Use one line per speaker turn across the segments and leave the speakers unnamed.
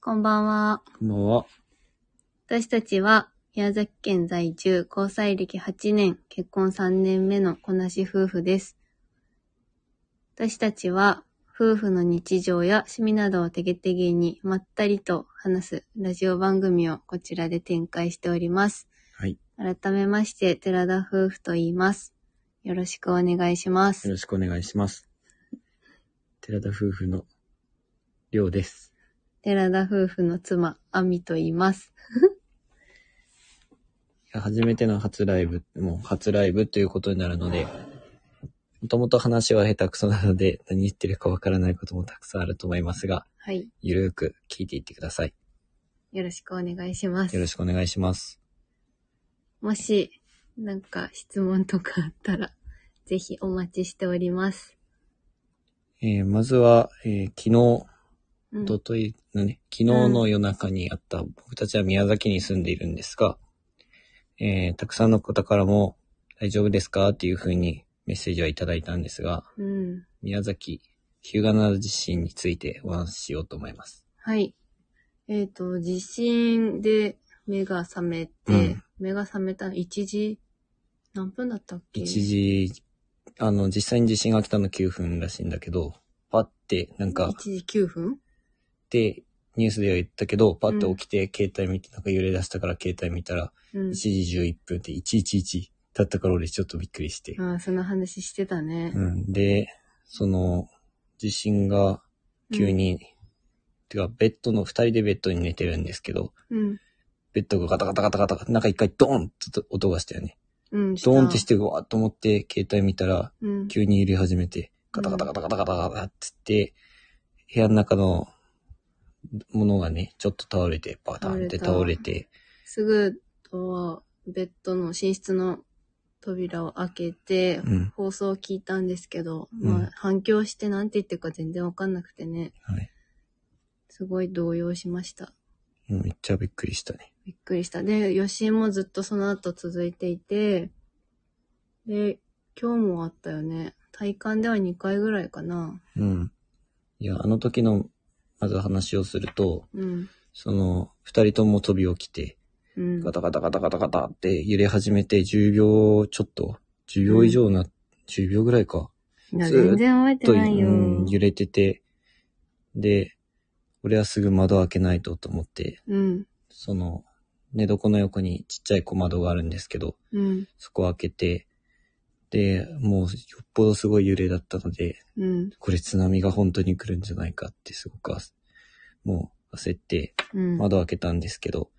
こんばんは。
こんばんは。
私たちは、宮崎県在住、交際歴8年、結婚3年目のこなし夫婦です。私たちは、夫婦の日常や趣味などをてげてげにまったりと話すラジオ番組をこちらで展開しております。
はい。
改めまして、寺田夫婦と言います。よろしくお願いしま
よ
す。
ろしくお願いします。寺田夫婦のりょうです。
寺田夫婦の妻、アミと言います。
初めての初ライブ、もう初ライブということになるので、もともと話は下手くそなので、何言ってるかわからないこともたくさんあると思いますが、
はい。
ゆるーく聞いていってください。
よろしくお願いします。
よろしくお願いします。
もし、なんか質問とかあったら、ぜひお待ちしております。
えー、まずは、えー昨日、
うん
おとといのね、昨日の夜中にあった、僕たちは宮崎に住んでいるんですが、えー、たくさんの方からも大丈夫ですかっていうふうにメッセージはいただいたんですが、
うん。
宮崎、日向灘地震についてお話ししようと思います。
はい。えっ、と、地震で目が覚めて、
うん
目が覚めたの1時、何分だったっけ
一時、あの、実際に地震が来たの9分らしいんだけど、パって、なんか、
1時9分
で、ニュースでは言ったけど、パって起きて、携帯見て、なんか揺れ出したから携帯見たら、
うん
1。時11分って111だったから俺ちょっとびっくりして。
ああ、その話してたね。
うん、で、その、地震が急に、てか、ベッドの、二人でベッドに寝てるんですけど、
うん。
ベッドがガタガタガタガタガタ、なんか一回ドーンって音がしたよね。
うん。。
ドーンってしてて、うわーっと思って、携帯見たら、
うん。
急に揺れ始めて、ガタガタガタガタガタガタってって、部屋の中のものがね、ちょっと倒れて、バタンって倒
倒れ
れ
た
て、
すぐ、とベッドの寝室の扉を開けて、
うん、
放送を聞いたんですけど、
うん
まあ、反響してなんて言ってるか全然わかんなくてね、
はい。
すごい動揺しました。
うんめっちゃびっくりしたね。
びっくりした。で、余震もずっとその後続いていて、で、今日もあったよね。体感では2回ぐらいかな。
うん。いや、あの時の、まず話をすると、
うん。
その、二人とも飛び起きて、
うん。
ガタガタガタガタガタって揺れ始めて10秒ちょっと、10秒以上な、10秒ぐらいか、
いや
ずーっと
全然覚えて
と、う
ないよ。
ん、揺れてて、で、俺はすぐ窓開けないとと思って、
うん。
その、寝床の横にちっちゃい小窓があるんですけど、
うん。
そこ開けて、で、もうよっぽどすごい揺れだったので、
うん。
これ津波が本当に来るんじゃないかってすごくあ、もう焦って、
うん。
窓開けたんですけど、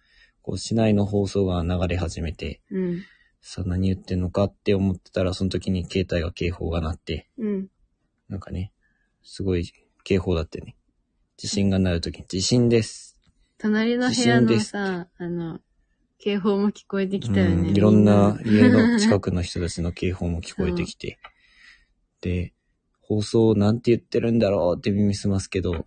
こう市内の放送が流れ始めて、
うん。
さあ何言ってんのかって思ってたら、その時に携帯が警報が鳴って、
うん。
なんかね、すごい警報だってね。地震が鳴る時に、地震です。
隣の部屋の
地震です
さ、あの、警報も聞こえてきたよね。
うんいろんな
み
家の近くの人たちの警報も聞こえてきて。で、放送なんて言ってるんだろうって耳すますけど、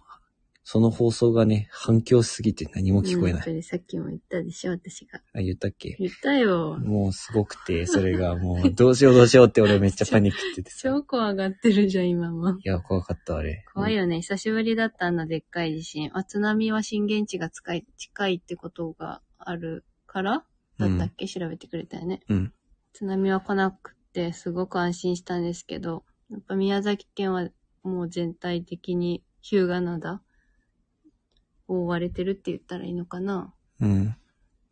その放送がね、反響しすぎて何も聞こえ
うん
な
そ
い。
れさっきも言ったでしょ、私が。
あ、言ったっけ
言ったよ。
もうすごくて、それがもう、どうしようどうしようって俺めっちゃパニックっ ててさ。
超怖がってるじゃん、今も。
いや、怖かった、あれ。
怖いよね。久しぶりだった、あのでっかい地震。あ、津波は震源地が近い、近いってことがあるからだったっけ、調べてくれたよね。
うん。
津波は来なくて、すごく安心したんですけど、やっぱ宮崎県はもう全体的に日向灘覆われてるって言ったらいいのかな。
うん。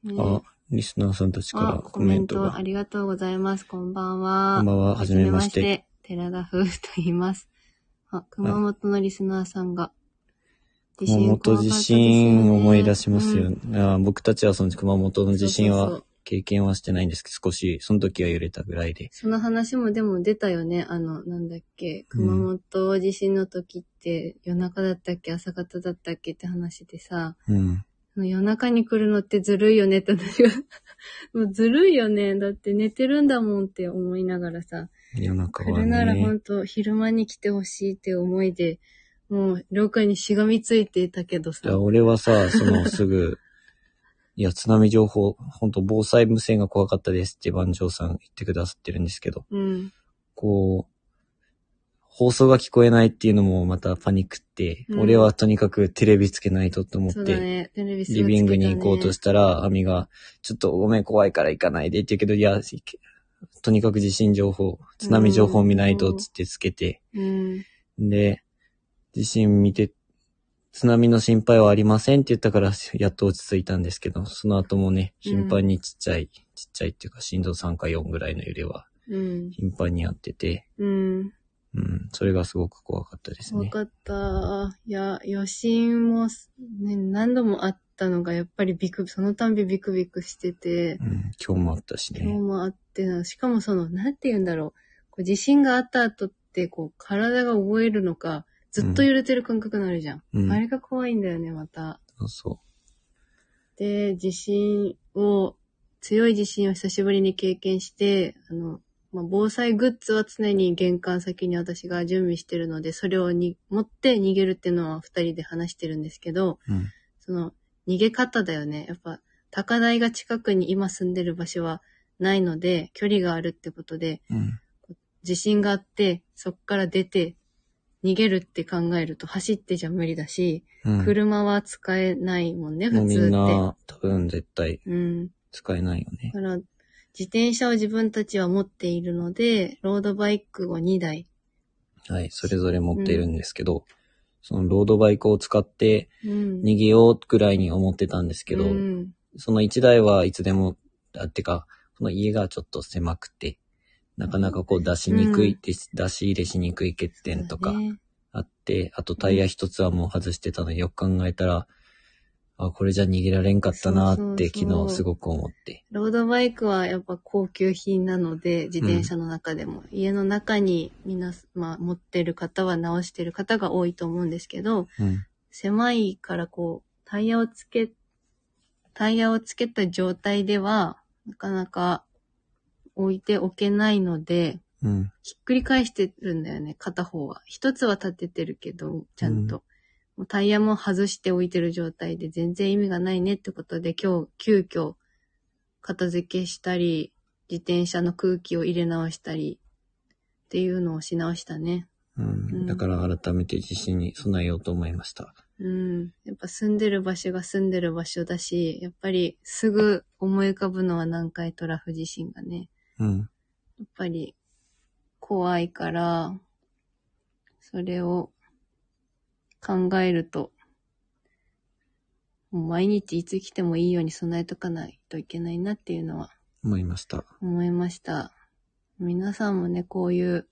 ね
あ、リスナーさんたちか
あ
ら
コ
コ
メ
メ
ン
ント
ト
が
あ。りがとうございます。こんばんは。
こんばんは、はじめまして。
はじめまして。寺田夫婦と言います。あ、熊本のリスナーさんが。
熊本地震思い出しますよ、
ね。
あー僕たちはその熊本の地震
そうそう
は
そう
経験はしてないんですけど、少し、その時は揺れたぐらいで。
その話もでも出たよね。あの、なんだっけ。
うん
熊本地震の時って、夜中だったっけ朝方だったっけって話でさ、
うん。
その夜中に来るのってずるいよねって私が。 もうずるいよね。だって寝てるんだもんって思いながらさ、
夜中
来
は
るなら
ね。
本当昼間に来てほしいって思いで、もう、廊下にしがみついていたけど
い
さ。
や俺はさ、その すぐ、いや、津波情報、本当防災無線が怖かったですって番長さん言ってくださってるんですけど、
うん。
こう、放送が聞こえないっていうのもまたパニックって、
うん
俺はとにかくテレビつけないとと思っ
そう
て、
だね。テレビすぐ
リビングに
つけた
行
ね
こうとしたら、アミが、ちょっとごめん怖いから行かないでって言うけど、いや、いけとにかく地震情報、津波情報見ないとっつってつけて、
うん。
で、地震見て、津波の心配はありませんって言ったから、やっと落ち着いたんですけど、その後もね、頻繁にちっちゃい、ちっちゃいっていうか、震度3か4ぐらいの揺れは
うん。
頻繁にやってて、
うん。
うん、それがすごく怖かったです
わ
ね。
かった。いや、余震もす、ね、何度もあったのが、やっぱりビク、そのたんびビクビクしてて
う、ん、今日もあったし
今日
ね。
もあってな、しかもその、なんて言うんだろう。こう地震があった後って、こう、体が覚えるのか、ずっと揺れてる感覚になるじゃん。
うん
あれが怖いんだよね、また。
そうそ
で、地震を、強い地震を久しぶりに経験して、あの、まあ、防災グッズは常に玄関先に私が準備してるので、それをに持って逃げるっていうのは二人で話してるんですけど、
う。うん。
その逃げ方だよね。やっぱ、高台が近くに今住んでる場所はないので、距離があるってことで、
うん。
地震があって、そこから出て、逃げるって考えると走ってじゃ無理だし、
うん、
車は使えないもんね、
も
普
うみ
通
ん
っ
な、多分絶対
て。うん。
使えないよね。
だから、自転車を自分たちは持っているので、ロードバイクを2台。
はい、それぞれ持っているんですけど、そのロードバイクを使って
うん。
逃げようぐらいに思ってたんですけど、
うん。
その1台はいつでも、あてか、その家がちょっと狭くて、なかなかこう出しにくいって、出し入れしにくい欠点とか
そうだね
あって、あとタイヤ一つはもう外してたのよく考えたら、あ、これじゃ逃げられんかったなーって
そうそうそう
昨日すごく思って。
ロードバイクはやっぱ高級品なので、自転車の中でも。家の中にみんな、まあ、持ってる方は直してる方が多いと思うんですけど、
うん。
狭いからこう、タイヤをつけ、タイヤをつけた状態では、なかなか置いておけないので、
うん。
ひっくり返してるんだよね、片方は。一つは立ててるけど、ちゃんと。もうタイヤも外して置いてる状態で全然意味がないねってことで、今日、急遽、片付けしたり、自転車の空気を入れ直したり、っていうのをし直したね。
うんん、だから改めて地震に備えようと思いました。
うん。やっぱ住んでる場所が住んでる場所だし、やっぱりすぐ思い浮かぶのは南海トラフ地震がね。
うん。
やっぱり怖いから、それを考えると、もう毎日いつ来てもいいように備えとかないといけないなっていうのは
思いました。
思いました。皆さんもね、こういう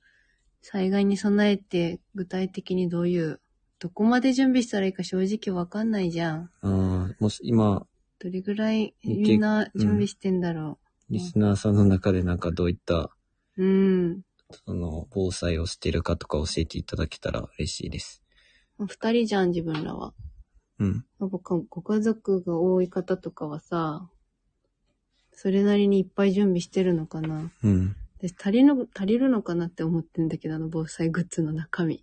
災害に備えて具体的にどういう、どこまで準備したらいいか正直わかんないじゃん。
あーもし今、
どれぐらい
見て
みんな準備してんだろ
リスナーさんの中でなんかどういった、
う。うん。
その、防災をしてるかとか教えていただけたら嬉しいです。
二人じゃん、自分らは。
うん。
なんかごご家族が多い方とかはさ、それなりにいっぱい準備してるのかな。
うん。
私足りの、足りるのかなって思ってんだけど、あの防災グッズの中身。
うん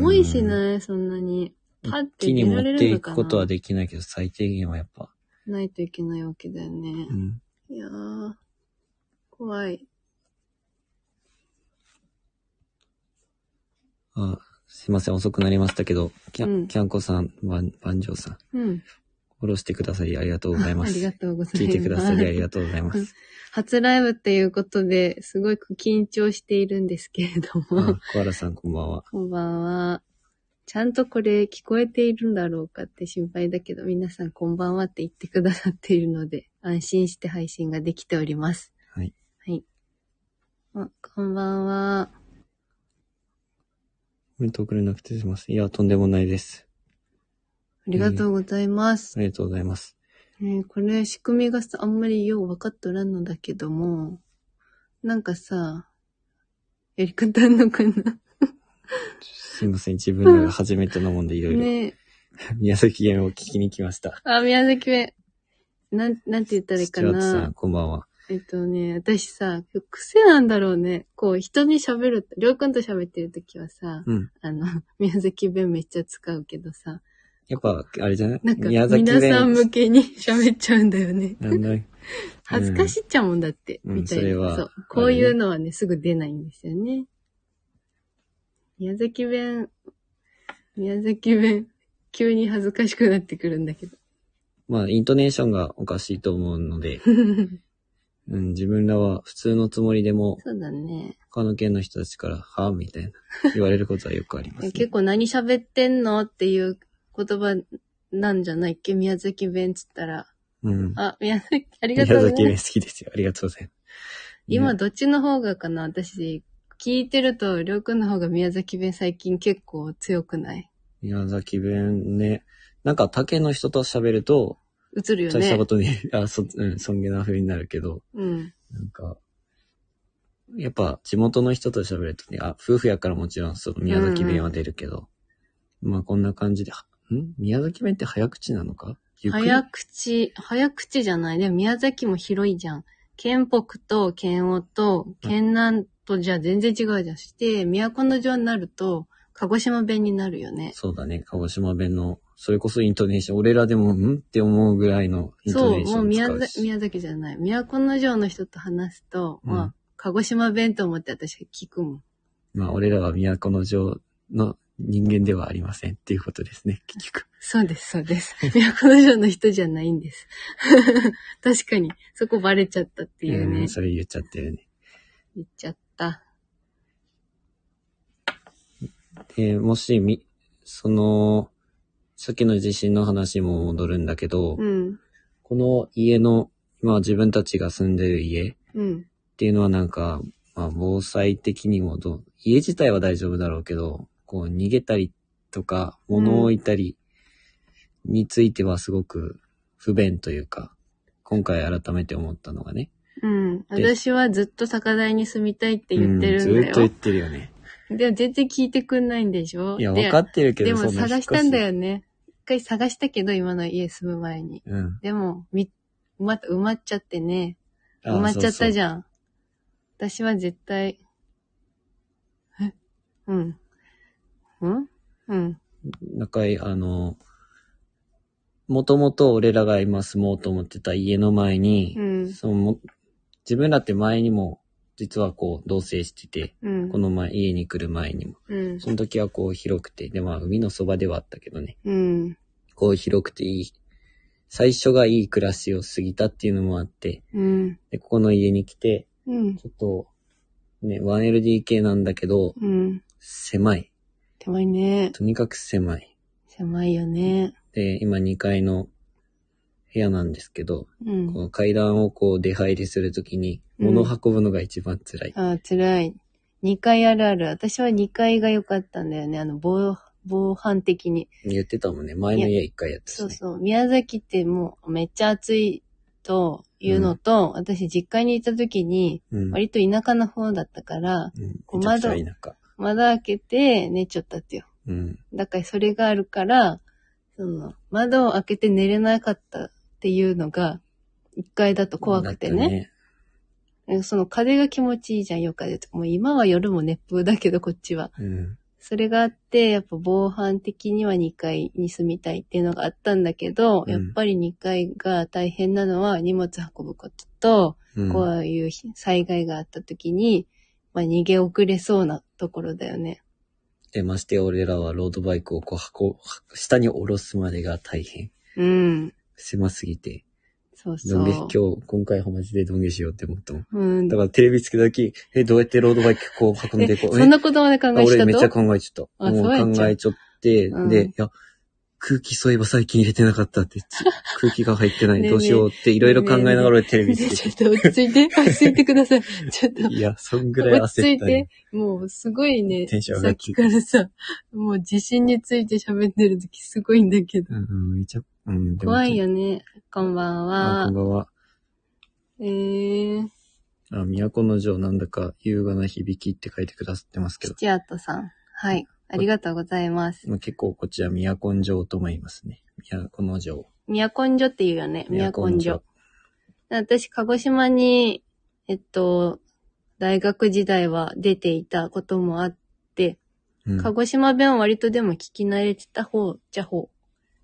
重いしない、そんなに。パッて
木に
出
持
ら
っ
れ
て
るの
い
か
く
な
ことはできないけど、最低限はやっぱ、
ないといけないわけだよね
う。ん。
いやー、怖い。
あすいません、遅くなりましたけど、キャ,、
うん
キャンコさん、ばん、ばんじょうさん、
うん。
フォローしてくださりありがとうございま
あり
す
が。とうございます。
聞いてくださりありがとうございます。
初ライブっていうことで、すごく緊張しているんですけれども。
あ、小原さんこんばんは。
こんばんは。ちゃんとこれ聞こえているんだろうかって心配だけど、皆さんこんばんはって言ってくださっているので、安心して配信ができております。
はい。
はい。あ、こんばんは。
コメント送れなくてすいません。いや、とんでもないです。
ありがとうございます。
ありがとうございます。
えーこれ仕組みがさ、あんまりよう分かっとらんのだけども、なんかさ、やり方あんのかな
すいません、自分らが初めてのもんでいろいろ。
ねえ。
宮崎弁を聞きに来ました。
あ、宮崎弁。なん、なんて言ったらいい
スチ
か
ュ
な。
ワートさん、こんばんは。
えっとね、私さ、癖なんだろうね。こう、人に喋ると、りょうくんと喋ってるときはさ、
うん。
あの、 宮崎弁めっちゃ使うけどさ、
やっぱ、あれじゃない
なんか、
宮崎
皆
弁。
さん向けに喋っちゃうんだよね。
なんだ
恥ずかしいっちゃもんだって、
うん
みたい
うんそ
な、
れは
そう。こういうのはね、すぐ出ないんですよね。宮崎弁、宮崎弁、急に恥ずかしくなってくるんだけど。
まあ、イントネーションがおかしいと思う ので、うん、自分らは普通のつもりでも、
そうだね。
他の県の人たちから、はぁみたいな、言われることはよくあります、ね。
結構何喋ってんのっていう言葉なんじゃないっけ宮崎弁っつったら。
うん。
あ、宮崎、ありが
宮
とうござい
崎
ます。
弁好きですよ。ありがとうございます。
今どっちの方がかな私、聞いてると、りょうくんの方が宮崎弁最近結構強くない
宮崎弁ね。なんか、他県の人と喋ると、
映るよ
大したこ
ね。
とに、 あ、そ、うん、尊厳な風になるけど、
うん。
なんか、やっぱ地元の人と喋るとね、あ、夫婦やからもちろんその宮崎弁は出るけど、まあこんな感じで、はん宮崎弁って早口なのかゆっくり
早口、早口じゃないでも宮崎も広いじゃん。県北と県央と県南とじゃ全然違うじゃん。して、都の城になると、鹿児島弁になるよね。
そうだね、鹿児島弁の、それこそイントネーション、俺らでも、んって思うぐらいのイント
そ
ネ
う、
ーシ
も
ョ
う
ン使
宮
う
崎
し。
宮崎じゃない。都の城の人と話すと、
うん
まあ、鹿児島弁と思って私は聞くもん。
まあ俺らは都の城の人間ではありませんっていうことですね、結局。
そうです、そう です。都の城の人じゃないんです。 確かに、そこバレちゃったっていうね。
うんそれ言っちゃってるね。
言っちゃった。
で、もしみ、その、さっきの地震の話も戻るんだけど、
うん。
この家の、今自分たちが住んでる家っ
うん。
ていうのはなんか、まあ防災的にもどう、家自体は大丈夫だろうけど、こう逃げたりとか、物を置いたりについてはすごく不便というか、今回改めて思ったのがね。
うん。
で
私はずっと高台に住みたいって言ってる
うんんず
だ
っと
よ
言っ。てるよね。
でも全然聞いてくんないんでしょ
いや、
で
わかってるけど、
でも
そんな引っ
探
越
したんだよね。一回探したけど、今の家住む前に。
うん。
でも、み、また埋まっちゃってね。
あ
埋まっちゃった
そうそう
じゃん。私は絶対、えうん。うんうん。
中井、あの、もともと俺らが今住もうと思ってた家の前に、
うん
そのも自分らって前にも、実はこう、同棲してて、
うん。
この前、家に来る前にも。
うん。
その時はこう広くて、で、まあ海のそばではあったけどね、
うん。
こう広くていい、最初がいい暮らしを過ぎたっていうのもあって、
うん。
で、ここの家に来て、
うん。
ちょっと、ね、1LDK なんだけど、
うん。
狭い。
狭いね。
とにかく狭い。
狭いよね。
で、今2階の部屋なんですけど、
うん
こ。の階段をこう出入りするときに、
うん
物を運ぶのが一番辛い。
ああ、辛い。2階あるある。私は2階が良かったんだよね。あの、防、防犯的に。
言ってたもんね。前の家一回やったし、
そ
ね。
うそう。宮崎ってもうめっちゃ暑いというのと、私実家にいた時に、
うん。
割と田舎の方だったから、
う。
こうん
めちゃくちゃ田舎。
窓開けて寝ちゃったってよ。
うん。
だからそれがあるから、その、窓を開けて寝れなかったっていうのが、1階だと怖くて
だっ
ね
た。ね。
その風が気持ちいいじゃん、夜風とか。もう今は夜も熱風だけど、こっちは。
うん。
それがあって、やっぱ防犯的には2階に住みたいっていうのがあったんだけど、
うん
やっぱり2階が大変なのは荷物運ぶことと、
うん、
こういう災害があった時に、まあ、逃げ遅れそうなところだよね。
で、まして俺らはロードバイクをこう箱、下に下ろすまでが大変。
うん。
狭すぎて。
そうそ
どん
う。
げ、今日、今回はマジでどんげしようって思ったもん。
うん
だ。からテレビつけたとき、え、どうやってロードバイクこう運んで
え
こう。
そんなことまで考
あ
え
俺
た
めっちゃ
と
考えちゃった。
あ
も
そうやっ
う
ちゃう
考えちゃって、
うん
で、いや、空気そういえば最近入れてなかったって、つ空気が入ってない、
ねえねえ
どうしようっていろいろ考えながら俺テレビつ け
ちょ
て
っ。と落ち着いて、落ち着いてくだ さい。ちょっと。
いや、そんぐらい焦
落
った、
ち着いて
ね。、
もうすごいね、
テンション上
さ
が
っ
って
き
き
か
て
らさ、もう地震について喋ってる時すごいんだけど。
うん、うん、めちゃ、うん、でも
怖い。よね。こんばんは
あ、こん。ばんは。
えー、
あ、都の城なんだか優雅な響きって書いてくださってますけど、
吉アットさん。はい。ありがとうございます。
まあ、結構こっちは都城とも言いますね。都の城。
宮根城っていうよね。宮根城。
都。
私、鹿児島に、えっと、大学時代は出ていたこともあって、
うん
鹿児島弁は割とでも聞き慣れてた方じゃ方。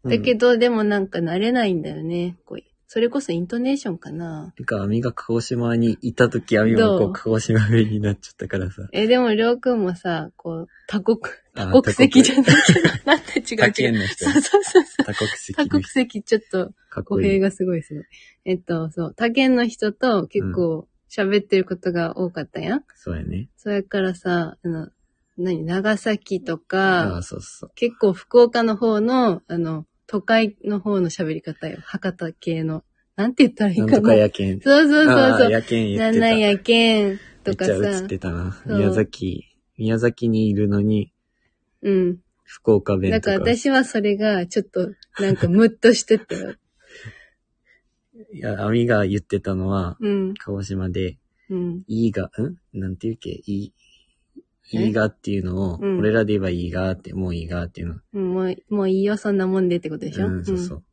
だけ
ど、
ど、でもなんか慣れないんだよね。こうそれこそイントネーションかな。
てか、網が鹿児島にいた時、網もこ
ど
う、
う
鹿児島弁になっちゃったからさ。
え、でも、りょうくんもさ、こう、多国、
あ
多国籍じゃ
ん。
ないけど、なんて違
他
う違
県
う。
の人
そう。そうそう そう。
多国籍
多
の
国
人。
籍、ちょっと、
か
語
っこい
弊
い。
がすごいすごい。えっと、そう、他県の人と結構喋ってることが多かったやん。
そうやね。
それからさ、あの、何、長崎と
あ
か
あ、、そうそう。
結構福岡の方の、あの、都会の方の喋り方よ。博多系の。なんて言ったらいい
な
か
ん
な。
とか野犬。
そうそうそう
あ
そ
あ
う。
野犬言
な
っ
ん
てた。
なんやけん
め
と
っ
か
ちゃ
さ。
映ってたな。
そう
宮崎、宮崎にいるのに、
うん。
福岡弁
だ
と
か
か。
ら私はそれが、ちょっと、なんかムッとしてたよ。
いや、網が言ってたのは、
うん。
鹿児島で、
うん。
いいが、んなんていうっけいい、
え
いいがっていうのを、
うん
俺らで言えばいいがって、もういいがっていうの。
うんもう、もういいよ、そんなもんでってことでしょ
うん、そうそう。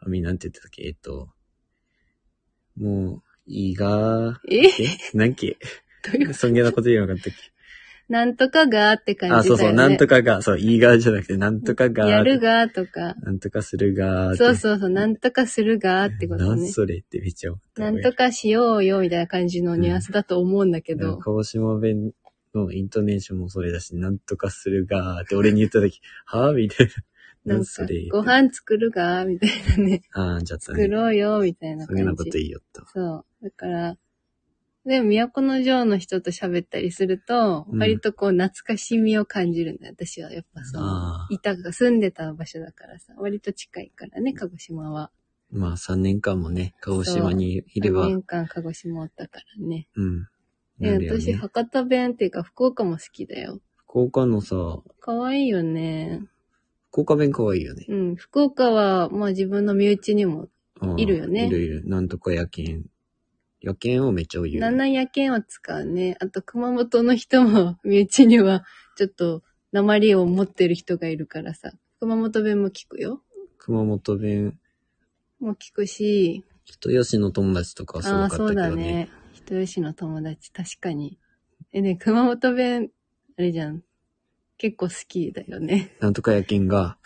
網なんて言ってたっけえっと、もう、いいがー
う
っ
んえ
て、なんっけ
どういう
そんげなこと言わなかったっけ
なんとかがーって感
あ、
じだ
そ
よ
う
ね。
そう、なんとかが、そう、いいがーじゃなくて、なんとかがー
や
って
るがーとか。
なんとかするがーって。
そうそうそう、なんとかするがーってこと
なん
ね。
それってめっちゃ思った。
なんとかしようよ、みたいな感じのニュアンスだと思うんだけ
なん
ど
か。鹿児島弁のイントネーションもそれだし、なんとかするがーって俺に言ったとき、 はぁみたいな。
な
なんん
か
それ、
ご飯作るがみたいなね。
ああ、じゃあった
作
ね。
ろうよ、みたいな
そんな
感
こと
じ。
言いよった。
そう。だから、で、都の城の人と喋ったりすると、
うん
割とこう、懐かしみを感じるんだよ。私はやっぱその
あ、ー
いたが住んでた場所だからさ、割と近いからね、鹿児島は。
まあ3年間もね、鹿児島にいれ
3
ば、うん
年。間鹿児島おったからね。
な
で、
るよ
私、
ね。
博多弁っていうか、福岡も好きだよ。
福岡のさ、
可愛いよね。
福岡弁可愛いよね。
うん、福岡は、まあ自分の身内にも、
うん
いるよね
いるいる。なんとか野犬。野犬をめっちゃ言う。
七夜剣を使うね。あと、熊本の人も、 身内には、ちょっと、鉛を持ってる人がいるからさ。熊本弁も聞くよ。
熊本弁、
もう聞くし、
人吉の友達とかはすご
あ
か
あ
っ
ー、
た
そう
け
だ
どね。
ね。人吉の友達、確かに。え、ね、熊本弁、あれじゃん。結構好きだよね。
なんとか野犬が、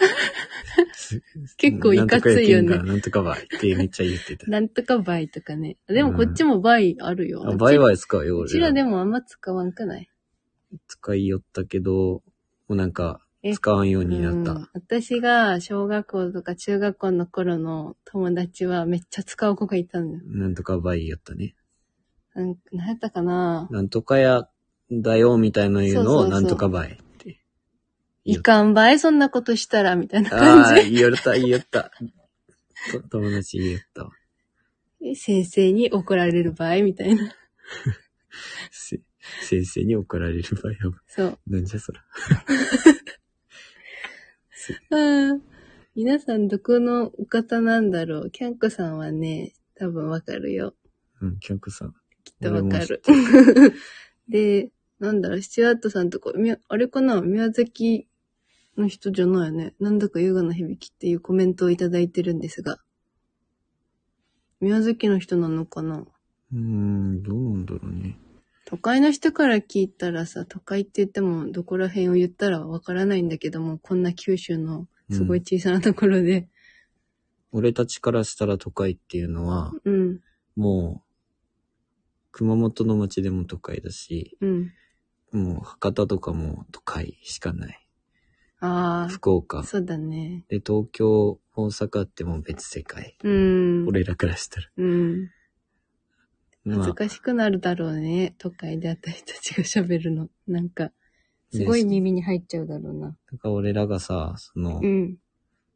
結構いかついよね
なんとか野犬がなんとかばいってめっちゃ言ってた。
なんとかバイとかね。でもこっちもバイあるよ。
あバイバイ使うよ、
う
俺
ちらでもあんま使わんくない
使いよったけど、もうなんか、
え
使わんようになった。
うん私が小学校とか中学校の頃の友達はめっちゃ使う子がいたんだよ。
なんとかバイやったね。
なん何やったかな
なんとかやだよ、みたいな言うの
そうそうそ
を、
う
なんとかバイって。
いかんばい、そんなことしたら、みたいな
ああ
感
ー、言われた、言いよった。と友達言いよったわ。
じ。先生に怒られる場合、みたい な。
せ先生に怒られる場合は、
そう。
なんじゃそら。
うん。皆さんどこのお方なんだろうキャンコさんはね、多分わかるよ。
うん、キャンコさん。きっ
とわかる。
うん
で、なんだろう、スチュワートさんとか、みあれかな宮崎の人じゃないよね。なんだか優雅な響きっていうコメントをいただいてるんですが。宮崎の人なのかな
ーん、どうなんだろうね。
都会の人から聞いたらさ、都会って言ってもどこら辺を言ったらわからないんだけども、こんな九州のすごい小さなところで。
俺たちからしたら都会っていうのは、
うん、
もう、熊本の町でも都会だし、
うん。
もう博多とかも都会しかない。
あ
福岡
あ、。そうだね。
で、東京、大阪ってもう別世界。
うん。
俺らからしたら。
うん。恥
ま
ず
あ、
かしくなるだろうね。都会で私たちが喋るの。なんか、すごい耳に入っちゃうだろうな。
だから俺らがさ、その
う、ん。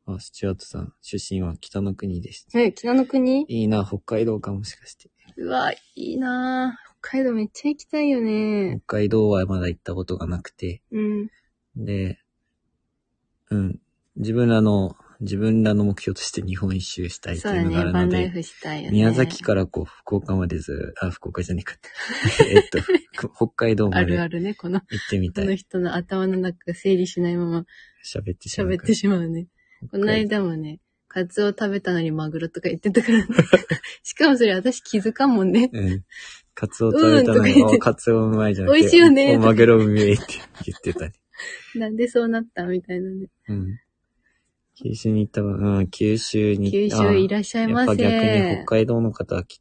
あスチュワートさん、出身は北の国です。
え、北の国
いいな、北海道かもしかして。
うわ、いいなぁ。北海道めっちゃ行きたいよ
北
ね。
海道はまだ行ったことがなくて。
うん。
で、うん。自分らの、自分らの目標として日本一周したいって
そう
い
だ
うのがあ
ね。
る
バ
の
ンラ
で、
イフしたいよね。
宮崎からこう、福岡までず、あ、福岡じゃねえか って。えっと、ふ北海道
あ
まで
る
行
あるね。この、こ
ってみた
の
い。
人の頭の中が整理しないまま
喋ってしまう
喋っ
から
てしまうね。この間もね、カツオ食べたのにマグロとか言ってた からね。しかもそれ私気づかんもんね。
うん。カツオ食べ
うんと
たの
か言って
に、おカツオうまいじゃん。
美味しいよね
おマグロうめえって言ってたね。
なんでそうなったみたいなね。
うん。九州に行ったば、うん、九州に
九州いらっしゃいま
やっぱ
せ。
逆に北海道の方はき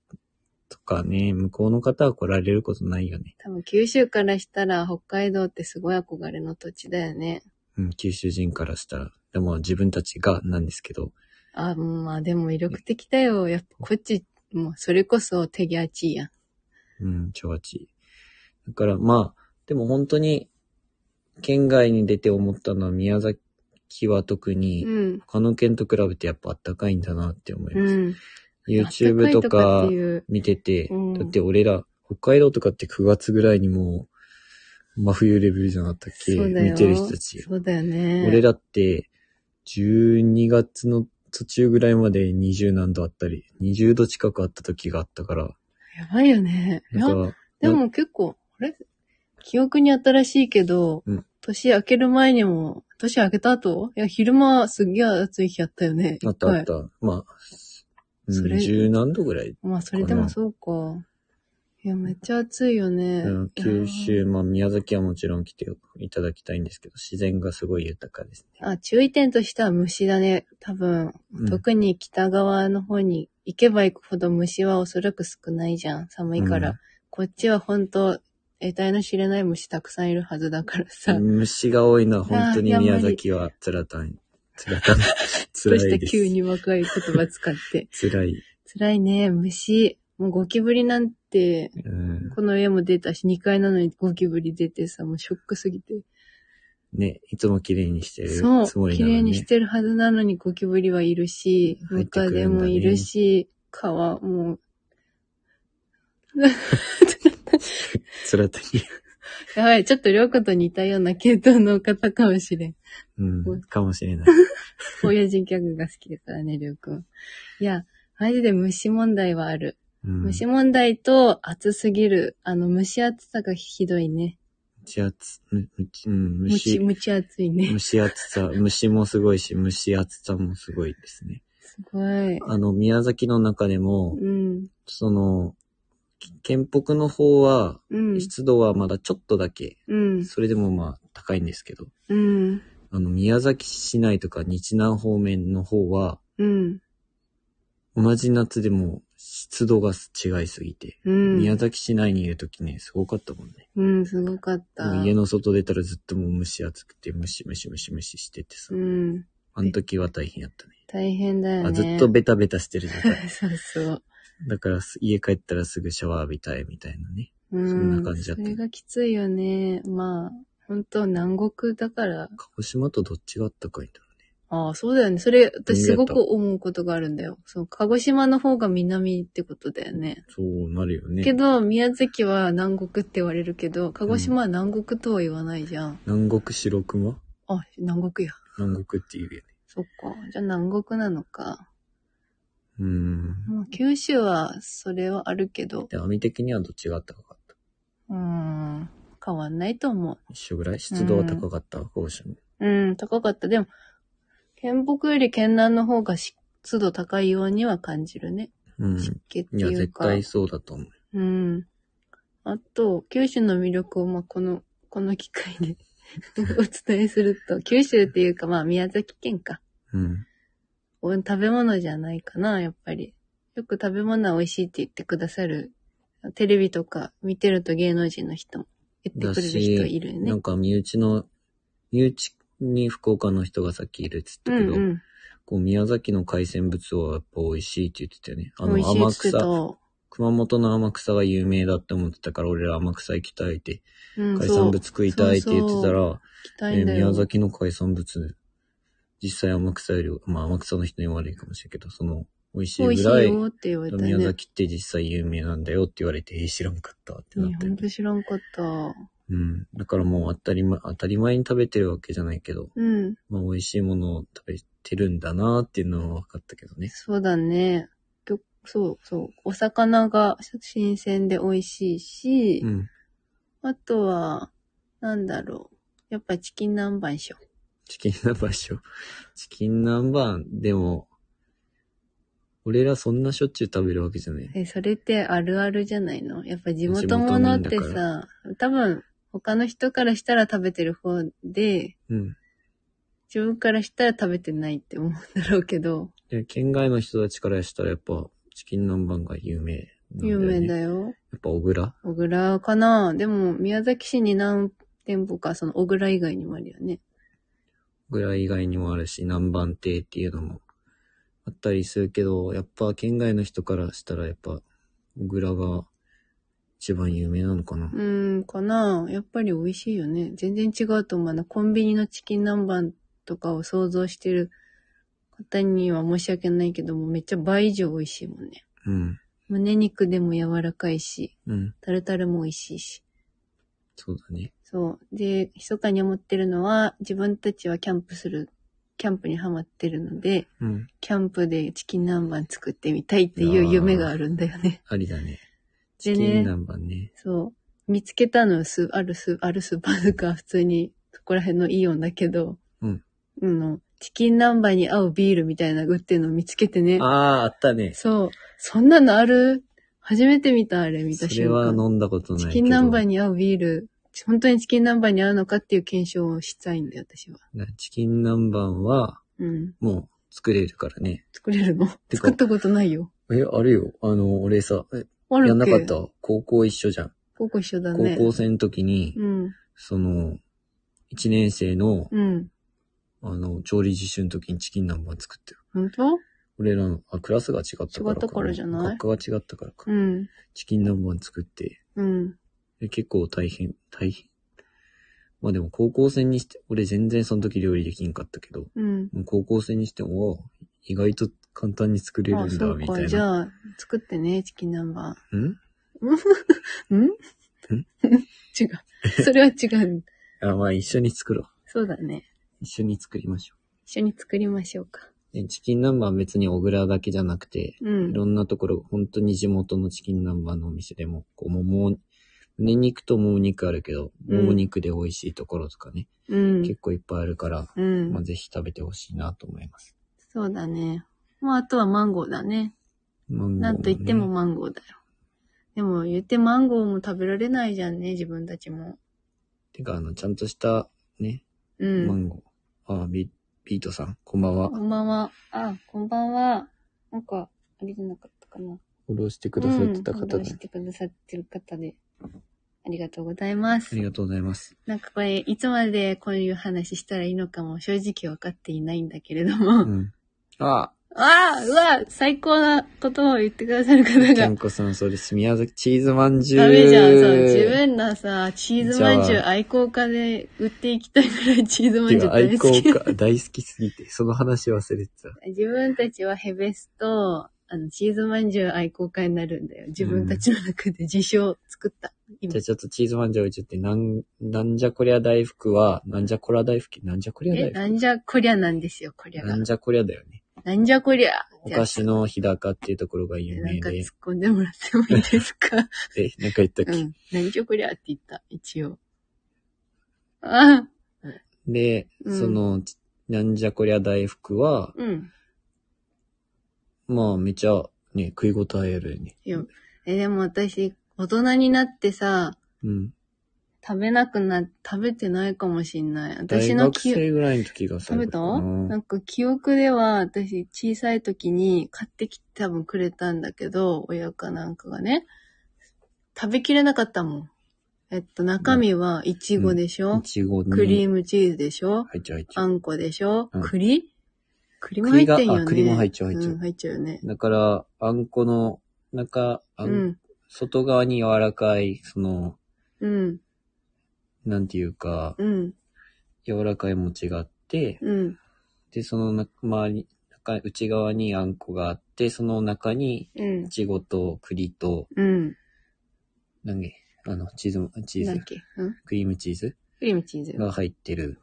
とかね、向こうの方は来られることないよね。
多分九州からしたら北海道ってすごい憧れの土地だよね。
うん、九州人からしたら。でも自分たちがなんですけど、
あ、まあでも威力的だよ。やっぱこっち、もうそれこそ手際ちいやん。
うん、超アチ。だからまあ、でも本当に、県外に出て思ったのは宮崎は特に、
うん。
他の県と比べてやっぱあったかいんだなって思います。
うん。
YouTube
暖い
とか
っていう
見てて、
うん
だって俺ら、北海道とかって9月ぐらいにもう、真冬レベルじゃなかったっけ
そうだよ
見てる人たち。
そうだよね。
俺らって、12月の途中ぐらいまで20何度あったり、20度近くあった時があったから、
やばいよね。い
だか
や、
ら、
でも結構、あれ記憶に新しいけど、
うん
年明ける前にも、年明けた後いや、昼間すっげえ暑い日あったよね。
あったあっ
一回。
た。まあ、う
そ
ん
れ
十何度ぐらい。
まあ、それでもそうか。いや、めっちゃ暑いよね。
うん九州、まあ宮崎はもちろん来ていただきたいんですけど、自然がすごい豊かですね。
あ、注意点としては虫だね。多分、
うん
特に北側の方に行けば行くほど虫はおそらく少ないじゃん。寒いから。
うん
こっちは本当得体の知れない虫たくさんいるはずだからさ。
虫が多いのは本当に
あーいや
宮崎は辛たん、辛たん、
そ
辛
し
い
て
です。
急に若い言葉使って。
辛い。
辛いね、虫。もうゴキブリなんて、
うん。
この家も出たし、2階なのにゴキブリ出てさ、もうショックすぎて。
ね、いつも綺麗にしてるつ
そう、
もり
綺
なの
麗
に、
に
ね
し。てるはずなのにゴキブリはいるし、
入
ム
って
カ
く
デ
るんだね
もいるし、蚊はもう、
辛たんに。
やばい、ちょっとりょうこと似たような系統の方かもしれん。
うん。かもしれ ない。
親人ギャグが好きだからね、りょうくん。いや、マジで虫問題はある。
うん。
虫問題と暑すぎる。あの、蒸し暑さがひどいね。
蒸し暑、むむうん、
むち、
虫、
むち暑いね。
蒸し暑さ、 虫もすごいし、蒸し暑さもすごいですね。
すごい。
あの、宮崎の中でも、
うん。
その、県北の方は、
うん。
湿度はまだちょっとだけ、
うん。
それでもまあ高いんですけど、
うん。
あの、宮崎市内とか日南方面の方は、
うん。
同じ夏でも湿度が違いすぎて、
うん。
宮崎市内にいるときね、すごかったもんね。
うん、すごかった。
もう家の外出たらずっともう蒸し暑くて、ムシムシムシムシしててさ、
うん。
あの時は大変やったね。
大変だよね。
あずっとベタベタしてるじゃん。
そうそう。
だからす家帰ったらすぐシャワー浴びたいみたいなね。
うん。
そんな感じだった
それがきついよね。まあ、本当南国だから。
鹿児島とどっちがあったかいんだろ
ああ、そうだよね。それ、私
新
す
潟
ごく思うことがあるんだよ。そう、鹿児島の方が南ってことだよね。
う。そうなるよね。
けど、宮崎は南国って言われるけど、鹿児島は南国とは言わないじゃん。
南国白熊
あ、南国や。
南国って言うよね。
そっか。じゃあ南国なのか。
うーん。
まあ九州は、それはあるけど、
で、網的にはどっちが高かった
うーん、変わんないと思う。
一緒ぐらい湿度は高かった、鹿児島。
うん、高かった。でも、県北より県南の方が湿度高いようには感じるね。
うん。
湿気って
いや、
いう
絶
か。
対そうだと思う。
うん。あと、九州の魅力を、まあ、この、 この機会で お伝えすると、九州っていうか、まあ、宮崎県か。
うん。
お食べ物じゃないかな、やっぱり。よく食べ物は美味しいって言ってくださる。テレビとか見てると芸能人の人も言って
だ
くれる人
し
いる、よね
な。んか身内の、身内に福岡の人がさっきいるっつっ
う
たけど、
んうん。
こう宮崎の海鮮物はやっぱ美味しいって言ってたよね。あ
美味
の、
しいっ
天
つって
草
た。、
熊本の天草が有名だって思ってたから、俺ら天草行きたいって、
うん、
海
そう
産物食いたいって言ってたら、
行きた
え
いん
ー
だよ。
宮崎の海産物、実際天草より、まあ天草の人に悪いかもしれんけど、その、美味しい
美味
ぐ
しい
らい、
よって言われたね。
宮崎って実際有名なんだよって言われて、えー知らんかったってなっ
ね、
た
ほ
よ
ん
ね
と知らんかった。
うん。だからもう当たり前、当たり前に食べてるわけじゃないけど、
うん。
まあ美味しいものを食べてるんだなっていうのは分かったけどね。
そうだね。きょそうそう。お魚が新鮮で美味しいし、
うん。
あとは、なんだろう。やっぱチキン南蛮でしょ。
チキン南蛮しよう。チキン南蛮、でも、俺らそんなしょっちゅう食べるわけじゃない。
え、それってあるあるじゃないのやっぱ地
地
元
元
もの
な
っ
んだ
て
から
さ、多分他の人からしたら食べてる方で、
うん。
自分からしたら食べてないって思うんだろうけど、
で、県外の人たちからしたらやっぱ、チキン南蛮が有名なん
有名
よ。
だよ。
やっぱ、小倉
小倉かなでも、宮崎市に何店舗か、その小倉以外にもあるよね。
小倉以外にもあるし、南蛮亭っていうのもあったりするけど、やっぱ、県外の人からしたらやっぱ、小倉が一番有名なのかな。
うーん、かなやっぱり美味しいよね。全然違うと思うな。コンビニのチキン南蛮とかを想像してる方には申し訳ないけども、めっちゃ倍以上美味しいもんね。
うん。
胸肉でも柔らかいし、
うん。
タルタルも美味しいし。
そうだね。
そう。で、密かに思ってるのは、自分たちはキャンプする、キャンプにハマってるので、
うん。
キャンプでチキン南蛮作ってみたいっていう夢があるんだよね。
ありだね。
で
チ
ね
キン南蛮ね。
そう。見つけたのス、あるス、あるスーパーか、普通に、そこら辺のイオンだけど、
うん。
の、チキン南蛮に合うビールみたいな売ってるの見つけてね。
ああ、あったね。
そう。そんなのある初めて見た、あれ、見た
そ
瞬
れは
間。
飲んだことないけ
チ
ど。
キン南蛮に合うビール、本当にチキン南蛮に合うのかっていう検証をしたいんだよ、私は。
なチキン南蛮は、
うん。
もう作れるからね。
作れるの
てか
作ったことないよ。
え、あるよ。あの、俺さ、え
あるっけ
やんなかった。高校一緒じゃん。
高校一緒だ
高
ね。
校生の時に、
うん。
その、一年生の、
うん。
あの、調理実習の時にチキン南蛮作ってる。
本当
俺らの、あ、クラスが違ったか
違
らかな。
ったからじゃない
学科が違ったからか。
うん。
チキン南蛮作って、
うん。
え結構大変、大変。まあでも高校生にして、俺全然その時料理できんかったけど、
うん。
もう高校生にしても、意外と簡単に作れる
あ
ん
そ
だ、
う
み
か
たい
じ
な。
ゃあ、作ってね、チキン南蛮。
ん
ん違う。それは違う。
あ、まあ一緒に作ろう。
そうだね。
一緒に作りましょ
一緒に作りましょうか。
う。でチキン南蛮は別に小倉だけじゃなくて、
う
い
ん。
ろんなところ、本当に地元のチキン南蛮のお店でも、こう、もも、胸肉ともも肉あるけど、
うん
もも肉で美味しいところとかね、
うん
結。構いっぱいあるから、
う
まあ
ん。
ぜひ食べてほしいなと思います。
そうだね。まあ、あとはマンゴーだね。
マンゴーもね
なんと言っても、マンゴーだよ。でも、言ってマンゴーも食べられないじゃんね、自分たちも。
てか、あの、ちゃんとした、ね、
う
マ
ん。
ンゴー。あ、ビ、ビートさん、こんばんは
こ。んばんは。あ、こんばんは。なんか、あれじゃなかったかな。
フォローしてくださってた方
うんフォ
だ
ロー
ね
し。てくださってる方で。ありがとうございます
あ。りがとうございます。
なんかこれ、いつまでこういう話したらいいのかも正直わかっていないんだけれど
う
も。
ん。あ、
ああうわ最高なことを言ってくださる方
ちゃん
が。
こさん、それ、宮崎チーズまんじゅう。
ダメじゃん、そう。自分らさ、チーズまんじゅ
じ
う
ゃ
愛好家で売っていきたいぐらいチーズまん
て
じゅう
か、
大
愛
好
好
き。
家、大好きすぎて、その話忘れてた。
自分たちはヘベスと、あの、チーズまんじゅう愛好家になるんだよ。自分たちの中で自称作った。
じゃあちょっとチーズまんじゅうを言っちゃって、なん、なんじゃこりゃ大福は、なんじゃこりゃ大福なんじゃこりゃ
え、
大
な
福
んじゃこりゃなんですよ、こりゃ
な
が
ん。じゃこりゃだよね。
なんじゃこりゃ。
お菓子の日高っていうところが有
なん
名
か
で
突っ、込んでもらってもいいですか
え、なんか言ったっけ、
うん。何曲こりゃって言った、一応。あ
で、
うん
その、ちなんじゃこりゃ大福は、
うん。
まあ、めちゃ、ね、食い応えあるよね。
いやえ、でも私、大人になってさ、
うん。
食べなくな、食べてないかもしんない。
大
私の
学
記憶、
生ぐらいの時が
食べ
最後
た
かな
なんか記憶では、私、小さい時に買ってきて多分くれたんだけど、親かなんかがね、食べきれなかったもん。えっと、中身は、いちごでしょ、
いちごに。
クリームチーズでしょ
入っちゃう入っちゃ
あ
うん
こでしょ、
うん
栗栗も入ってんよね。
栗があ栗も入っちゃう入っちゃうん
入っちゃうよね。
だから、あんこの中、あ
うんん。
外側に柔らかい、その、
うん。
なんていうか、
うん。
柔らかい餅があって、
うん。
で、その中周り、中内側にあんこがあって、その中に、
うん
い。ちごと栗と、
うん。
なんげ、あの、チーズ、チー
なんだ
ズ
っ、けうん。
クリームチーズ
クリームチーズ。
が入ってる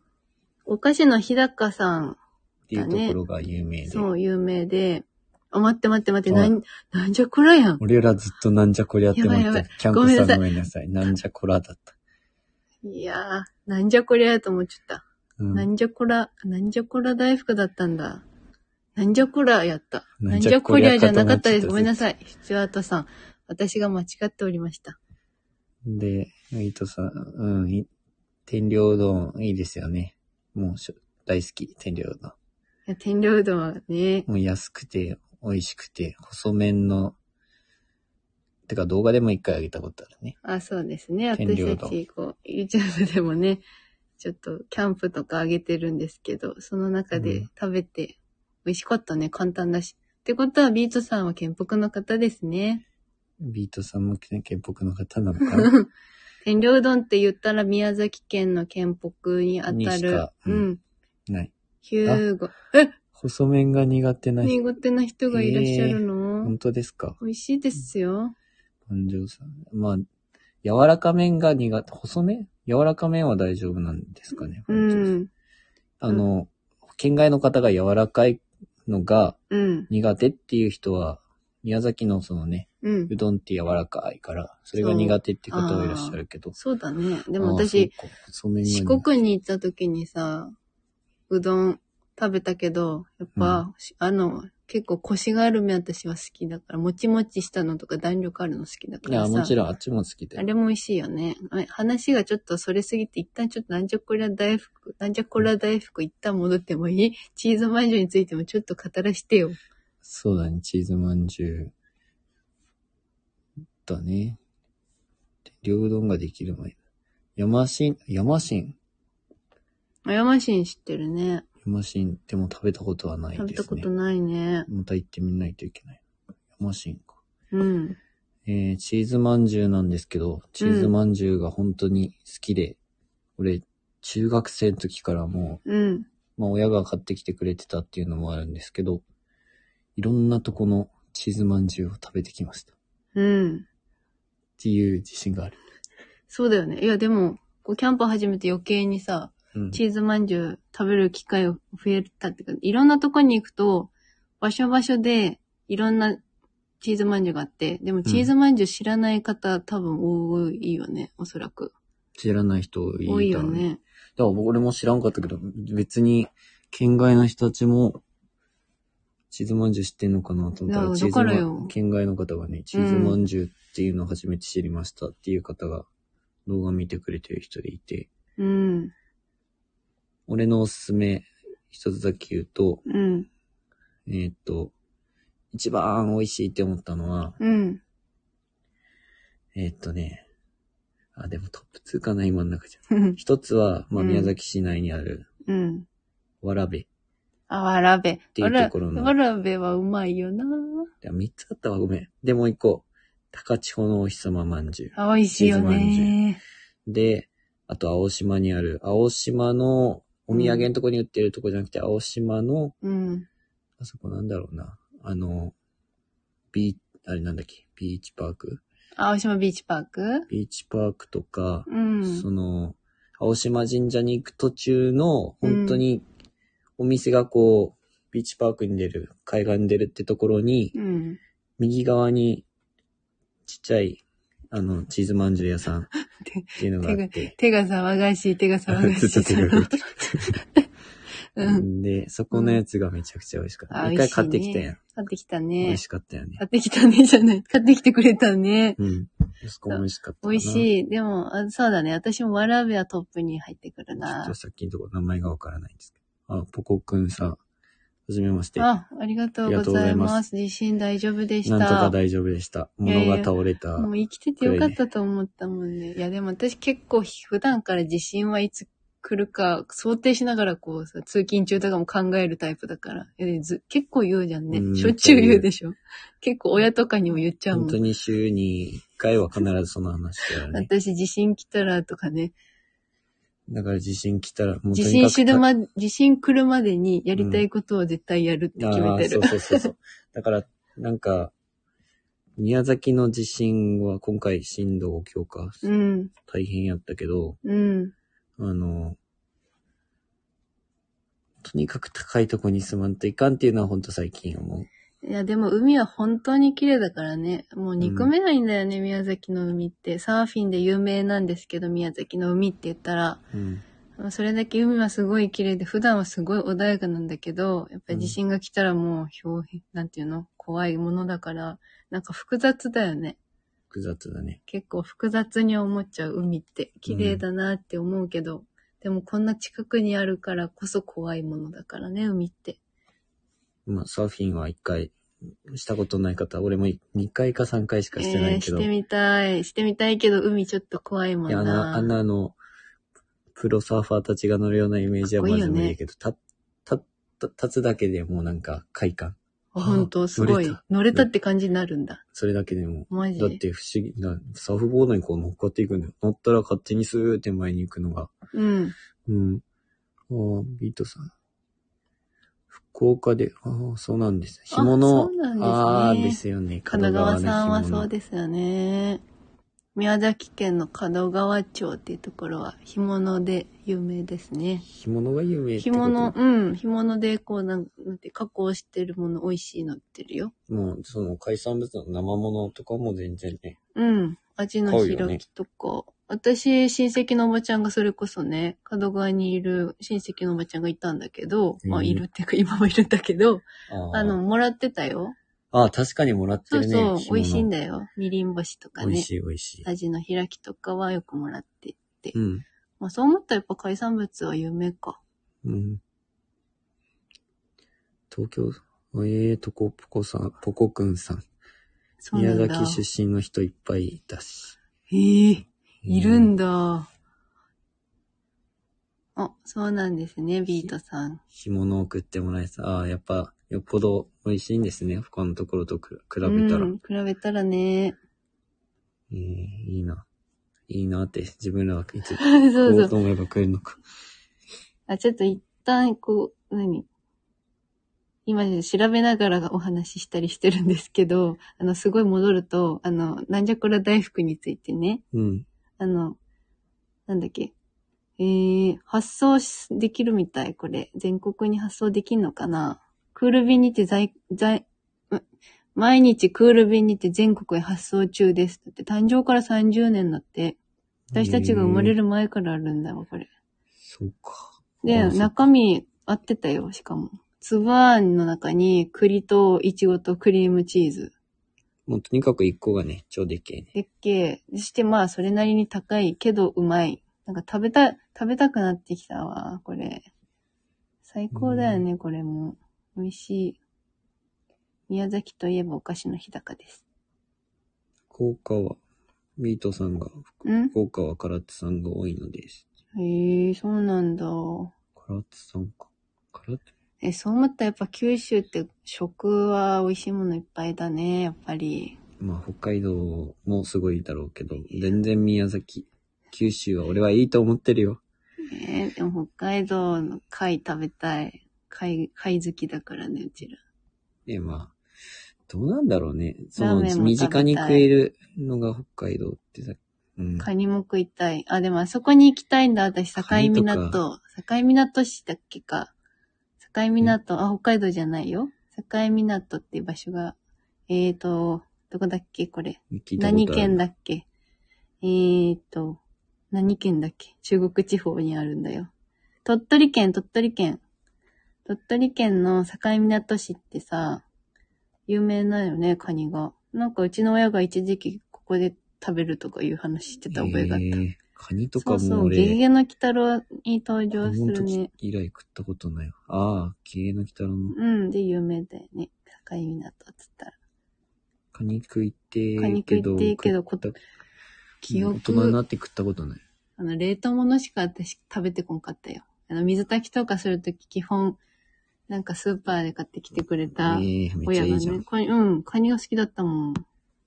お菓子の日高さん、
っていうところが有名で。
そう、有名で。あ、待って待って待って、な
は
いん、なんじゃこらやん。
俺らずっとなんじゃこりゃって思っ
やばい
て
やば
た。キャン
ごめんなさ
プさ
い
んごめんなさい。なんじゃこらだった。
いやー、なんじゃこりゃやと思っちゃった。
うん
なんじゃこら、なんじゃこら大福だったんだ。なんじゃこらやった。
な
なんん
じ
じ
ゃ
ゃ
こ
こ
り
り
ゃ
ゃ
か
じ
と
ゃ
思っちゃ
なか
った
ったです。ごめんなさい。スチュワートさん。私が間違っておりました。
で、伊藤さん、うん、い天領うどんいいですよね。もうしょ、大好き、天領うどん。
いや天領うどんはね、
もう安くて、美味しくて、細麺の、てか動画でも一回あげたことあるね。
あ、そうですね。
天領う
私
ど
た
ん
ち、こう、YouTube でもね、ちょっとキャンプとかあげてるんですけど、その中
う
で
ん
食べて、美味しかったね、簡単だし。ってことは、ビートさんは県北の方ですね。
ビートさんも県北の方なの かな
天領うどんって言ったら宮崎県の県北にあ
に
た
し
る
か、
う
うん
ん、
ない。
ヒューゴ。え
細麺が苦手な人。
苦手な人がいらっしゃるの、
本当ですか
美味しいですよ。
本上さん。まあ、柔らか麺が苦手。細麺柔らか麺は大丈夫なんですかね。
う
本庄さん
ん。
あの、県外の方が柔らかいのが
うん。
苦手っていう人は、宮崎のそのね、
うん
う。どんって柔らかいから、それが苦手って方はいらっしゃるけど。
そうだね。で
で
も私、、
そうか細麺が
四
苦手
国に行った時にさ、うどん食べたけど、やっぱ、しあの、結構コシがある麺私は好きだから、もちもちしたのとか弾力あるの好きだか
いや、
ら
も
さ。
ちろんあっちも好きだ
あ
よ。
れも美味しいよね。あ話がちょっとそれすぎて、一旦ちょっとなんじゃこりゃ大福、なんじゃこりゃ大福一旦戻ってもいいチーズまんじゅうについてもちょっと語らしてよ。
そうだね、チーズまんじゅう。だね。両うどんができる前。山新、山新
山新知ってるね。
山新でも食べたことはないです
食べ
ね。
たことないね。
また行ってみないといけない。山新か。
うん。
えー、チーズまんじゅうなんですけど、チーズまんじゅうが本当に好きで、俺、中学生の時からも
うん。
う、まあ親が買ってきてくれてたっていうのもあるんですけど、いろんなとこのチーズまんじゅうを食べてきました。っ
うん。
ていう自信がある。
そうだよね。いや、でも、こう、キャンプ始めて余計にさ、
うん。
チーズまんじゅう食べる機会が増えたっていうか、いろんなとこに行くと、場所場所で、いろんなチーズまんじゅうがあって、でもチーズまんじゅう知らない方、多分多いよね、おそらく。
知らない人い
多い
た
よ
ら。
ね。
だから俺も知らんかったけど、別に県外の人たちも、チーズまんじゅう知ってんのかなと思った
い
ら、
や
チー
だから
ズ
よ
ま、県外の方がね、チーズまんじゅうっていうのを初めて知りましたっていう方が、動画見てくれてる人でいて、
うん。
俺のおすすめ、一つだけ言うと、
うん。
えーっと、一番美味しいって思ったのは、
うん。
えーっとね、あ、でもトップ2かな、今の中じゃ。一つは、まあ、
うん
宮崎市内にある、
うん。
わらべ。
あ、わらべ。
ていうところの
わらわらべはうまいよな。
いや、三つあったわ、ごめん。で、もう一個。高千穂のお日様まんじゅう。
あ、美味しいよね。
で、あと、青島にある、青島の、お土産のとこに売ってるとこじゃなくて、青島の、
うん。
あそこなんだろうな。あの、ビー、あれなんだっけ、ビーチパーク
青島ビーチパーク
ビーチパークとか、
うん
そ。の、青島神社に行く途中の、本当に、お店がこう、ビーチパークに出る、海岸に出るってところに、
うん。
右側に、ちっちゃい、あの、チーズまんじゅう屋さんっていうのがあって、
手が騒がしい、手が騒がし
ず
い。
っと手が動いて
う
る。
ん。
で、そこのやつがめちゃくちゃ美味しかっ
うんあ
た。一回買って
美味し
き
い
た
ね
やん。
買ってきた
美
ね
味。しかったよね
買。ってきたね、じゃない。買ってきてくれたね。
うん。そこも美味しかったな。
美味
い。
しい。でも、あそうだね。私もわらべはトップに入ってくる
ちょっ
な
と。さっきのとこ名前がわからないんですけど。あ、ポコくんさん、はじめまして。なん
あ、ありがとうございます。地震大丈夫でした。
とか大丈夫でした。
いや
物
いや
が倒れた。
もう生きててよかったと思ったもんね。いや、でも私結構普段から地震はいつ来るか想定しながらこうさ、通勤中とかも考えるタイプだから。いやでず結構言うじゃん
うん
ね。しょっちゅう言うでしょ。結構親とかにも言っちゃうも
本当
ん。
に週に1回は必ずその話だよね。
私地震来たらとかね。
だから地震来たら、もうとにかく
地震知るま、地震来るまでにやりたいことを絶対やるって
ああ
決めてる
ー。そうそ うそうそう。だから、なんか、宮崎の地震は今回震度5強 か、
うん、
大変やったけど、
うん、
あの、とにかく高いとこに住まんといかんっていうのはほんと最近思う。
いや、でも海は本当に綺麗だからね。もう憎めないんだよね、宮崎の海って。サーフィンで有名なんですけど、宮崎の海って言ったら。
うん。
それだけ海はすごい綺麗で、普段はすごい穏やかなんだけど、やっぱり地震が来たらもう、表変、なんていうの怖いものだから、なんか複雑だよね。
複雑だね。
結構複雑に思っちゃう海って。綺麗だなって思うけど、でもこんな近くにあるからこそ怖いものだからね、海って。
まあ、サーフィンは一回、したことない方、俺もい二回か三回しか
え
してな
え
い
ー
け
し
ど、
てみたい。してみたいけど、海ちょっと怖いもん
いや、あの、
な。
あんなあの、プロサーファーたちが乗るようなイメージはまず無理だけど、た、た、た、立つだけでもうなんか快感。
あ本当すごい
乗れた。
乗れたって感じになるんだ。
それだけでも。
マジ
だって不思議な、サーフボードにこう乗っかっていくんだよ。乗ったら勝手にスーって前に行くのが。
うん。
うん。ああ、ビートさん。福岡で、ああ、そうなんです。干
あ
物
そうなんですね、
ああ、ですよね。
神奈川さんは
神奈
そう
川ね
ですよね。宮崎県の門川町っていうところは、干物で有名ですね。
干物。干物が有名って
干
こと
物、うん、干物でこうなん、なんて、加工してるもの美味しいの売ってるよ。
もう、その海産物の生物とかも全然ね。
うん、味の
買うよね
開きとか。私、親戚のおばちゃんがそれこそね、門川にいる親戚のおばちゃんがいたんだけど、まあ
うん
いるっていうか今もいるんだけど、
あ
あの、もらってたよ。
ああ、確かにもらって
そ
る
う
ね。
そう、
干物
美味しいんだよ。みりん干しとか
美味
ね
し。い美味しい。
味の開きとかはよくもらって。
うん。
まあそう思ったらやっぱ海産物は夢か。
うん。東京、ええとこぽこさん、ぽこくんさん。
そうな
宮
んだ。
崎出身の人いっぱいいたし。
へえいるん
だ。
だ。あ、そうなんですね、ビートさん。
干物を食ってもらえた。ああ、やっぱ、よっぽど美味しいんですね。他のところとく比べたら。
うん、比べたら ね。
ええいいな。いいなって、自分らはいつ、
そ
食
う
おう
そ
と
う。
思えば食えるのか。
あ、ちょっと一旦、こう、何今調べながらお話ししたりしてるんですけど、あの、すごい戻ると、あの、なんじゃこら大福についてね、
うん。
あの、なんだっけ。えー、発送しできるみたい、これ。全国に発送できんのかなクール便にて在、在、ん毎日クール便にて全国へ発送中です。だって誕生から30年だって。私たちが生まれ
る。
る前からあるんだわ、これ。
そうか。
で、
あそう
中身合ってたよ、しかも。粒あんの中に栗とイチゴとクリームチーズ。
もうとにかく一個がね、超でっけえね。
でっけえ。して、まあ、それなりに高いけど、うまい。なんか食べた、食べたくなってきたわ、これ。最高だよね、これも。美味しい。宮崎といえばお菓子の日高です。
福岡は、ミートさんが、
ん
福岡は唐津さんが多いのです。
へえ、そうなんだ。
唐津さんか。唐津
え、そう思ったらやっぱ九州って食は美味しいものいっぱいだね、やっぱり。
まあ、北海道もすごいだろうけど、全然宮崎、九州は俺はいいと思ってるよ。
えーでも北海道の貝食べたい。貝、貝好きだからね、うちら。
え、まあ、どうなんだろうね。その、
ラーメンも食べたい
身近に食えるのが北海道ってさ、うん。
カニも食いたい。あ、でもあそこに行きたいんだ、私、境
カニとか
港。境港市だっけか。境港、あ、北海道じゃないよ。境港っていう場所が、えーと、どこだっけこれ。
聞いたこ
何
とある
県だっけえーと、何県だっけ中国地方にあるんだよ。鳥取県、鳥取県。鳥取県の境港市ってさ、有名なよね、カニが。なんかうちの親が一時期ここで食べるとかいう話してた覚えがあった。
えーカニとか
そうそ
も
う、
俺、
ゲゲゲの鬼太郎に登
子
場す
供の
る
時
ね。
以来食ったことないわ。ああ、経営の北郎の
うん、で、有名だよね。境港っつったら。
カニ食いてー
カニ食いてーけど
食った
記憶
大人になって食ったことない。
あの、冷凍物しか私食べてこんかったよ。あの、水炊きとかするとき基本、なんかスーパーで買ってきてくれた
ええめっち
親
ゃい
が
いじゃ
ね、
ん。
カニうん、カニが好きだったもん。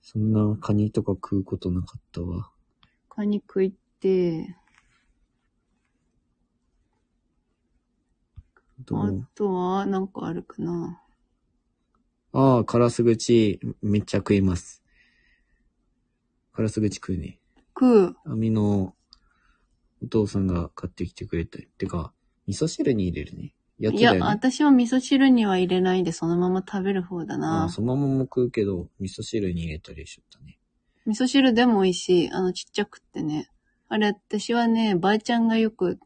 そんなカニとか食うことなかったわ。
カニ食いて、
ど
あ
う
とは、なんかあるかな。
ああ、カラス口、めっちゃ食います。カラス口食うね。
食う。
網のお父さんが買ってきてくれた。てか、味噌汁に入れるね。やつ
い
だ
や、
よね。
私は味噌汁には入れないでそのまま食べる方だ
ああ
な。
そのままも食うけど、味噌汁に入れたりしちゃったね。
味噌汁でも美味しい。あの、ちっちゃくってね。あれ、私はね、ばあちゃんがよく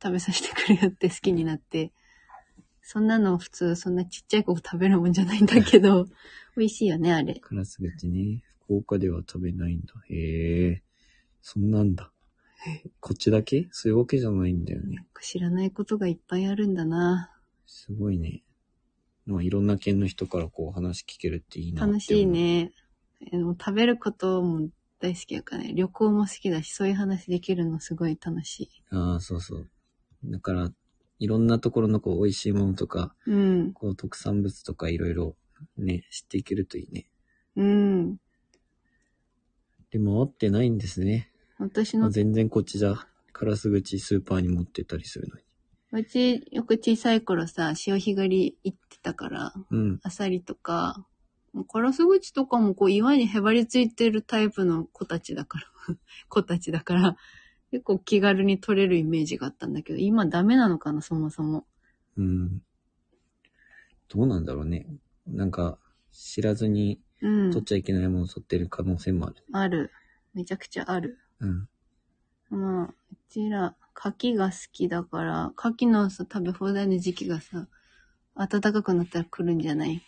食べさせてくれよって好きになって。そんなの普通、そんなちっちゃい子食べるもんじゃないんだけ ど、美味しいよね、あれ。
カラス口ね。福岡では食べないんだ。へえ。そんなんだ。こっちだけそういうわけじゃないんだよね。
知らないことがいっぱいあるんだな。
すごいね。まあ、いろんな県の人からこう話聞けるっていいなって思う
楽しい。ね。えもう食べることも大好きやからね。旅行も好きだし、そういう話できるのすごい楽しい。
ああ、そうそう。だから、いろんなところのこう美味しいものとか、
うん。
こう特産物とかいろいろね、知っていけるといいね。
うん。
でも、合ってないんですね。
私
まあ
の、
全然こっちじゃ、カラス口スーパーに持ってったりするのに。
うちよく小さい頃さ、潮干狩り行ってたから、
うん。
アサリとか、もうカラス口とかもこう岩にへばりついてるタイプの子たちだから、 子たちだから、結構気軽に取れるイメージがあったんだけど、今ダメなのかな、そもそも。
うん。どうなんだろうね。なんか、知らずに
うん。
取っちゃいけないものを取ってる可能性もある。
ある。めちゃくちゃある。
うん。
まあ、うちら、牡蠣が好きだから、牡蠣のさ、食べ放題の時期がさ、暖かくなったら来るんじゃない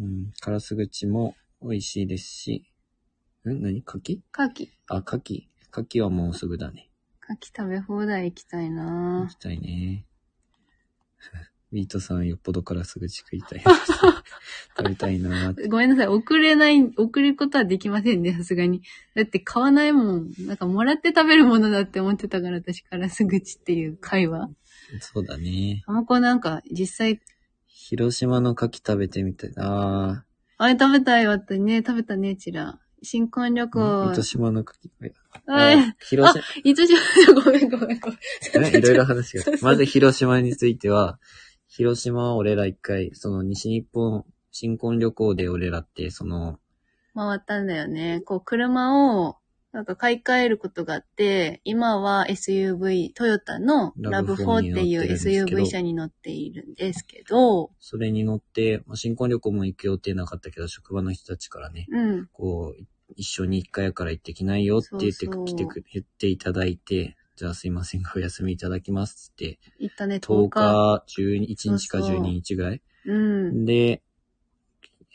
うん。カラス口も美味しいですし、ん何柿
牡蠣。
あ、柿。柿はもうすぐだね。
牡蠣食べ放題行きたい
行
な
きたいね。 ビートさんよっぽどカラス口食 いたい。食べたいなーって。
ぁごめんなさい。送れない、送ることはできませんね、さすがに。だって買わないもん。なんかもらって食べるものだって思ってたから、私、カラス口っていう会話。
そうだね。
あんまこうなんか、実際、
広島の柿食べてみたい。あ
あれ食べたいわってね、食べたね、ちら。新婚旅
ー、
行
糸。島の柿。
はい。
広島、
糸島、ごめんごめんごめん。
ねいろいろ話
そう
が。
そう
まず広島については、広島は俺ら一回、その西日本、新婚旅行で俺らって、その、
回ったんだよね。こう、車を、なんか買い替えることがあって、今は SUV、トヨタのラ
ラ
ブ
ブ
4
4
っていう
に乗ってるんですけ
SUV
ど
車に乗っているんですけど、
それに乗って、まあ新婚旅行も行く予定なかったけど、職場の人たちからね、
うん。
こう、一緒に一回やから行ってきないよって言って
そうそう
来てく、言っていただいて、じゃあすいませんがお休みいただきますって、
行ったね、
10
10日。
日、12、1日か
そうそう
12日ぐらい。
うん。
で、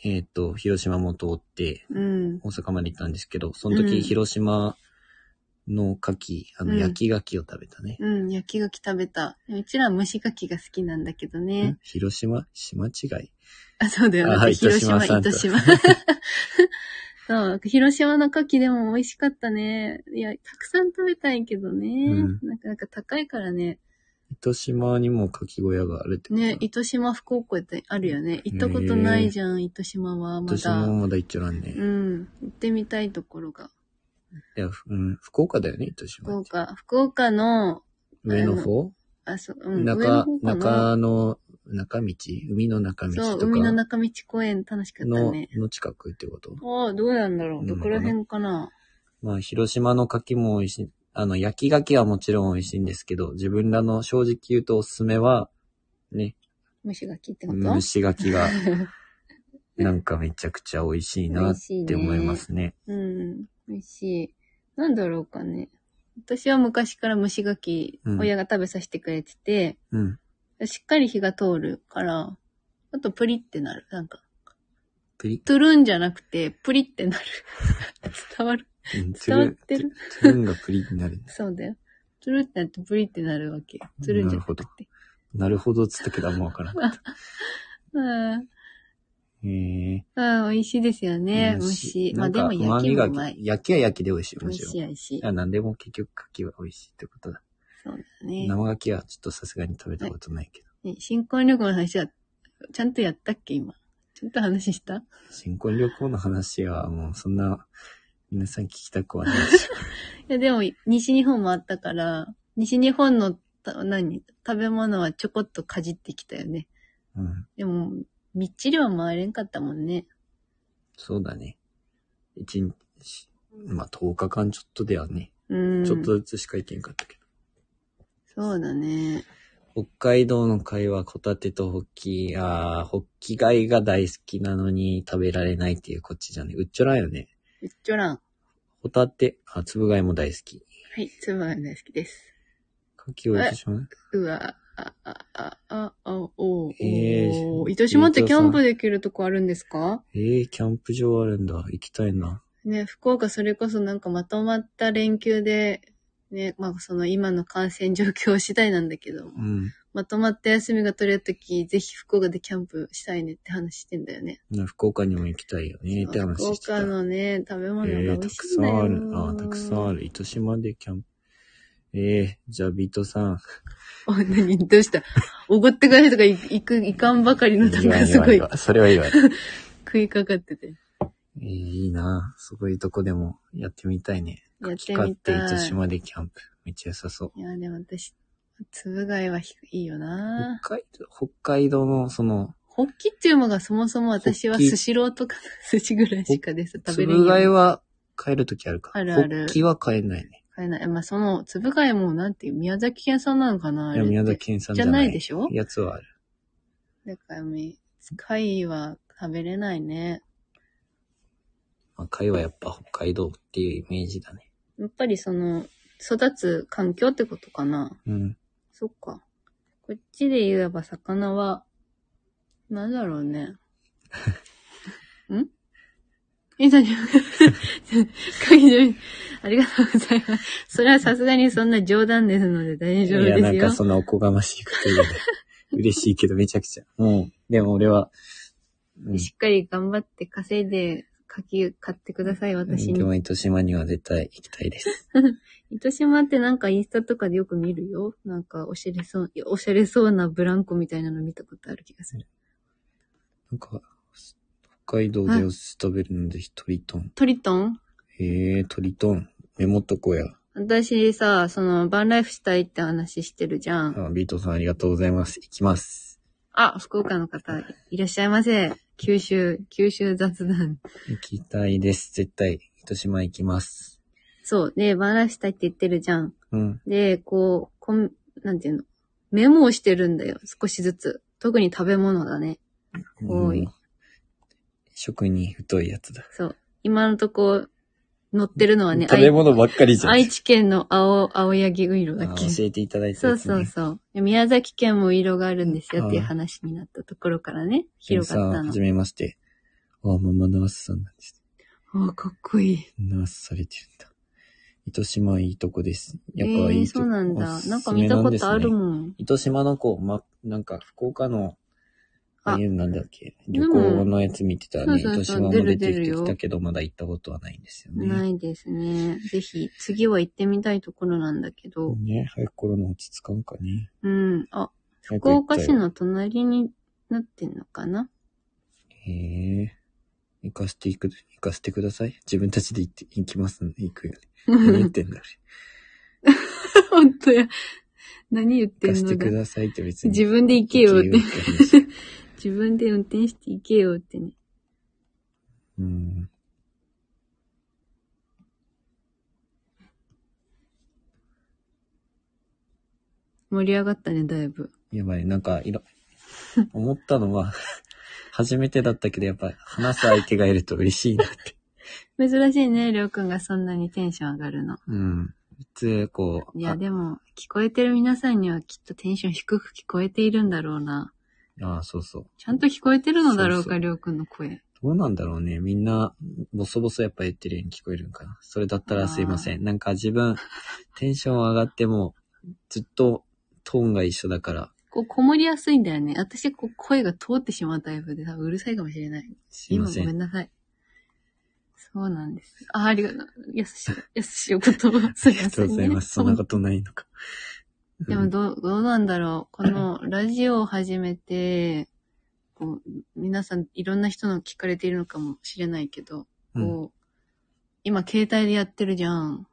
えっ、と、広島も通って、
うん。
大阪まで行ったんですけど、その時、
うん
広島の牡蠣、あの、
うん
焼き牡蠣を食べたね。
うん、焼き牡蠣食べた。うちらは蒸し牡蠣が好きなんだけどね
ん。広島島違い
あ、そうだよ。
あ
だって広
糸島
島、
さんと
糸島。 そう、広島の牡蠣でも美味しかったね。いや、たくさん食べたいけどね。
うん
なかなか高いからね。
糸島にも牡蠣小屋があるってこと
ね、糸島、福岡ってあるよね。行ったことないじゃん、糸島は。ま
糸島も
だ。
まだ行っちゃらんね。
う
い
ん。行ってみたいところが。
や、ふうん、福岡だよね、糸島。
福。岡。福岡の、
上の方
あ、そう、うん、上の
中
方、かな。
中の、中道海の中道とか
そう、海の中道公園楽しかった
の、
ね。
の近くってこと
おーどうなんだろう。どこら辺かな。
まあ、広島の牡蠣も美味しい。あの、焼き牡蠣はもちろん美味しいんですけど、自分らの正直言うとおすすめは、ね、
虫が聞いてこと
蒸し牡蠣が、なんかめちゃくちゃ美味しいなって思いますね。
うん、美味しい。なんだろうかね。私は昔から蒸し柿
う、ん
親が食べさせてくれてて、
うん。
しっかり火が通るから、あとプリってなる。なんか、
プリ
トゥルンじゃなくて、プリってなる。 伝わる。
うん、トゥ
伝わっ
ルン、ト
て
ゥ
る
トゥルンがプリになる。
そうだよ。トゥルってなってプリってなるわけ。トゥルンじゃなくて。
なるほどっつったけどあんまわからんかった。
うん。うん、
へ
美味しいですよ
え。
ね。蒸し。ま
な
あ
ん
でも焼
か
きもう
旨味
ま
が
い。
焼きは焼きで美味しい、
美
も
味
ちろん。
しい
い
美味しい。
や、なんでも結局牡蠣は美味しいってことだ。
そうだね。
生牡蠣はちょっとさすがに食べたことないけど。
ね新婚旅行の話は、ちゃんとやったっけ今。ちゃんと話した
新婚旅行の話はもうそんな、皆さん聞きたくはない し。
いや、でも、西日本もあったから、西日本のた、何食べ物はちょこっとかじってきたよね。
うん。
でも、みっちりは回れんかったもんね。
そうだね。一日、まあ10日間ちょっとではね、
うん。
ちょっと。ずつしか行けんかったけ
そうだね。
ど。北海道の貝はホタテとホッキ、ああ、ホッキ貝が大好きなのに食べられないっていうこっちじゃね。うっちょらんよね。
うっちょらん。
ホタテ、あ、粒貝も大好き。
はい、妻が大好きです。
牡蠣をやってしまう
うわ、あ、あ、あ、あ、あ、おう、
えー
おう。糸島ってキャンプできるとこあるんですか
ええー、キャンプ場あるんだ。行きたいな。
ね、福岡それこそなんかまとまった連休でね、まあその今の感染状況次第なんだけども、
うん。
まとまった休みが取れるとき、ぜひ福岡でキャンプしたいねって話してんだよね。
ね福岡にも行きたいよねって話
福
してた。
岡のね、食べ物が
え
美
えー、た
味
く
しいん
さ
だ
ん
よ。
ある。あーたくさんある。糸島でキャンプ。ええー、じゃあビートさん。
お、何どうしたおごってくれるとかい行く、行かんばかりのなんかすごい
わ。それは言わない。
食いかかってて。
えーいいなそういうとこでもやってみたいね。
やって
使っ
み
て
た
糸
い。
島でキャンプ。めっちゃ良さそう。
いや、でも私、つぶ貝はひいいよな
北海道、北海道のその、
ホッキっていうのがそもそも私は
ホッキ
スシローとか 寿司ぐらいしかでさ、食べれんよ
粒貝は買えるときあるか。
あるある
ホッキは買えないね。
買えない。まあ、その、つぶ貝もなんていう、宮崎県産なのかない
や、宮崎県産
じ
じ
ゃ
ゃ
な
ない。
いでしょ
やつはある。
だから、み貝は食べれないね。
まあ、貝はやっぱ北海道っていうイメージだね。
やっぱりその、育つ環境ってことかな。
うん。
そっか。こっちで言えば魚は、なんだろう ね。んえ、何会場にありがとうございます。それはさすがにそんな冗談ですので大
い
丈夫で
や、な
す
ん
よ
か。そんなおこがまし いこと言うね嬉しいけどめちゃくちゃ。うん。でも俺は、うん。
しっかり頑張って稼いで、牡蠣買ってください、私
で
に。
も糸島には絶対行きたいです。
糸島ってなんかインスタとかでよく見るよ。なんかおしゃれそう、おしゃれそうなブランコみたいなの見たことある気がする。
なんか、北海道でお寿司食べるので一人トン。
トリトン
へえ、鳥トン。メモっとこうや。
私さ、その、バンライフしたいって話してるじゃん。
あビートさんありがとうございます。行きます。
あ、福岡の方、いらっしゃいませ。九州、九州雑談。
行きたいです。絶対。糸島行きます。
そう。で、バンライフしたいって言ってるじゃん。
うん。
で、こう、こん、なんていうの。メモをしてるんだよ。少しずつ。特に食べ物だね。おい
うん。食に太いやつだ。
そう。今のとこ、乗ってるのはね、
食べ物ばっかりじゃん。
愛知県の青、青柳ういろ
あ
だっけ。
教えていただいた
そ
や
う
つ、ね。
そうそう。で宮崎県も色があるんですよっていう
あー
話になったところからね、
ビート
広がっ
さ
た
ん、
の
はじ。めまして。あ、ママナースさんなんです。
あ、かっこいい。
ナースされてるんだ。糸島いいとこです。
え
やっぱい
ー、
いと
そ
こ、
うなんだ
お。す
なん
す
か
め
見たこ
です
と
ね
あるもん。
糸島の子、ま、なんか福岡の、
あ
ああいうなんだっけ、
で
旅
も
行のやつ見てたらね、
そうそう
糸
そう
島も
出る
出て
出る
き
よ
たけど、まだ行ったことはないんですよ
な
ね。
いですね。ぜひ、次は行ってみたいところなんだけど。
ね、早くコロナ落ち着かんかね。
うん。あ、
早
福
く行きた
岡
い
市。の隣になってんのかな
へえ。行かしていく、行かしてください。自分たちで行って、行きますんで、行くよ、ね。何言ってんだ、あれ
本当や。何言って
行
ん
かして
の
く
だ
ださいって別に。
自分で行けよって。
自由って話
自分で運転して行けよってね。
うん。
盛り上がったね、だいぶ。
やばい、なんか、いろ、思ったのは、 初めてだったけど、やっぱ、話す相手がいると嬉しいなって。
珍しいね、りょうくんがそんなにテンション上がるの。
うん。普通、こう、
いや、
あ
でも、聞こえてる皆さんにはきっとテンション低く聞こえているんだろうな。
ああ、そうそう。
ちゃんと聞こえてるのだろう
そうそ
か、
う
りょうくんの声。
どうなんだろうね。みんな、ボソボソやっぱ言ってるように聞こえるんかな。それだったらすいません。なんか自分、テンション上がっても、ずっとトーンが一緒だから、
こう、こもりやすいんだよね。私、こう、声が通ってしまうタイプで、多分うるさいかもしれない。
すい
今
ま
ご
せ
め
ん。
んなさい。そうなんです。あ、ありがとう。優しい、優しいお言葉。すい
あり
ま
がと
せ、
う
ね。
んございます。そんなことないのか。
で
う
も、
ん
どう、どうなんだろう。この、ラジオを始めて、こう、皆さん、いろんな人の聞かれているのかもしれないけど、こう、
うん、
今、携帯でやってるじゃん。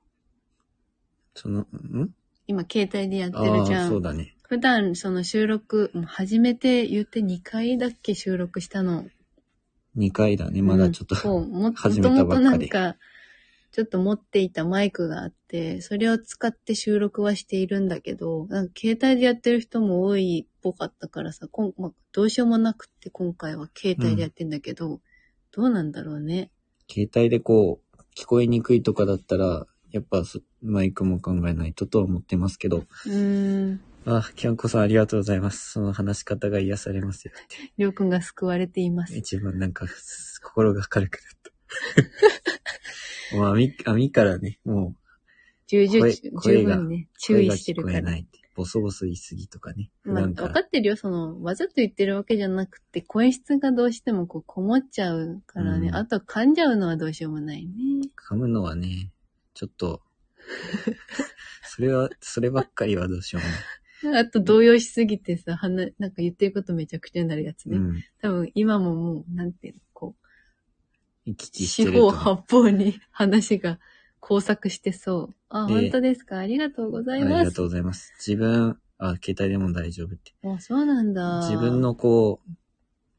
その、ん
今、携帯でやって
あ
る
あ
じゃ
ー、
ん。
そうだね。
普段その収録、もう初めて言って2回だっけ収録したの。
2回だね。まだちょっと、
こうももと
始めた
も
ば
と
っか
な
り
んか、ちょっと持っていたマイクがあって、それを使って収録はしているんだけど、なんか携帯でやってる人も多いっぽかったからさ、こんまあ、どうしようもなくって今回は携帯でやってんだけど、どうなんだろうね。
携帯でこう、聞こえにくいとかだったら、やっぱそマイクも考えないととは思ってますけど、
うーん。
あ、キャンコさんありがとうございます。その話し方が癒されますよって。
りょうくんが救われています。
一番なんか、す 心が軽くなった。もう網、網からね、もう、
重々、
声
十
声が
分ね、注意してる
声
か
が聞こえ
ら
な。いって。ボソボソ言い過ぎとかね。
まあ、
なん
分
か
かってるよ、その、わざと言ってるわけじゃなくて、声質がどうしてもこう、こもっちゃうからね。
うん
あと、噛んじゃうのはどうしようもないね。
噛むのはね、ちょっ と、それは、そればっかりはどうしよ
あと、動揺しすぎてさ、はな、なんか言ってることめちゃくちゃになるやつ
うも
ね。
ない。うん。
多分、今ももう、なんていうの、こう、
行き来して
四
ると
方
思う。
八方に 話が交錯してそう。あ、
ええ
本当ですかありがとうござい
あり
ま
が
す
と。うございます。自分、あ、携帯でも大丈夫って。
あ、そうなんだ。
自分のこう、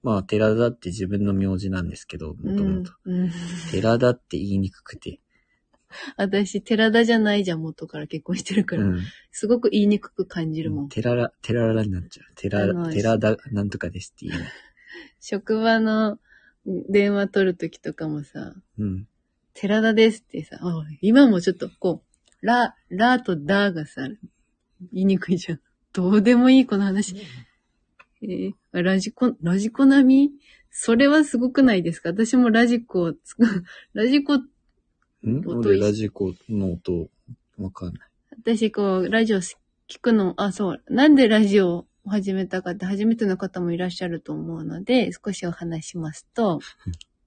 まあ、寺田って自分の名字なんですけど、
う
も
ん、
ともと。
うん。
寺田って言いにくくて。
私、寺田じゃないじゃん、元から結婚してるから。
うん。
すごく言いにくく感じるもん。
寺田、寺田になっちゃう。
あ
寺
の
田、寺田なんとかですって言えない。
職場の電話取るときとかもさ、
うん。
寺田ですってさ、あ今もちょっとこう、ら、らとだがさ、言いにくいじゃん。どうでもいいこの話。えーラジコ、ラジコ並みそれはすごくないですか私もラジコをつく、 ラジコ、
ん
音
俺ラジコの音、わかんない。
私こう、ラジオ聞くの、あ、そう、なんでラジオを始めたかって初めての方もいらっしゃると思うので、少しお話しますと、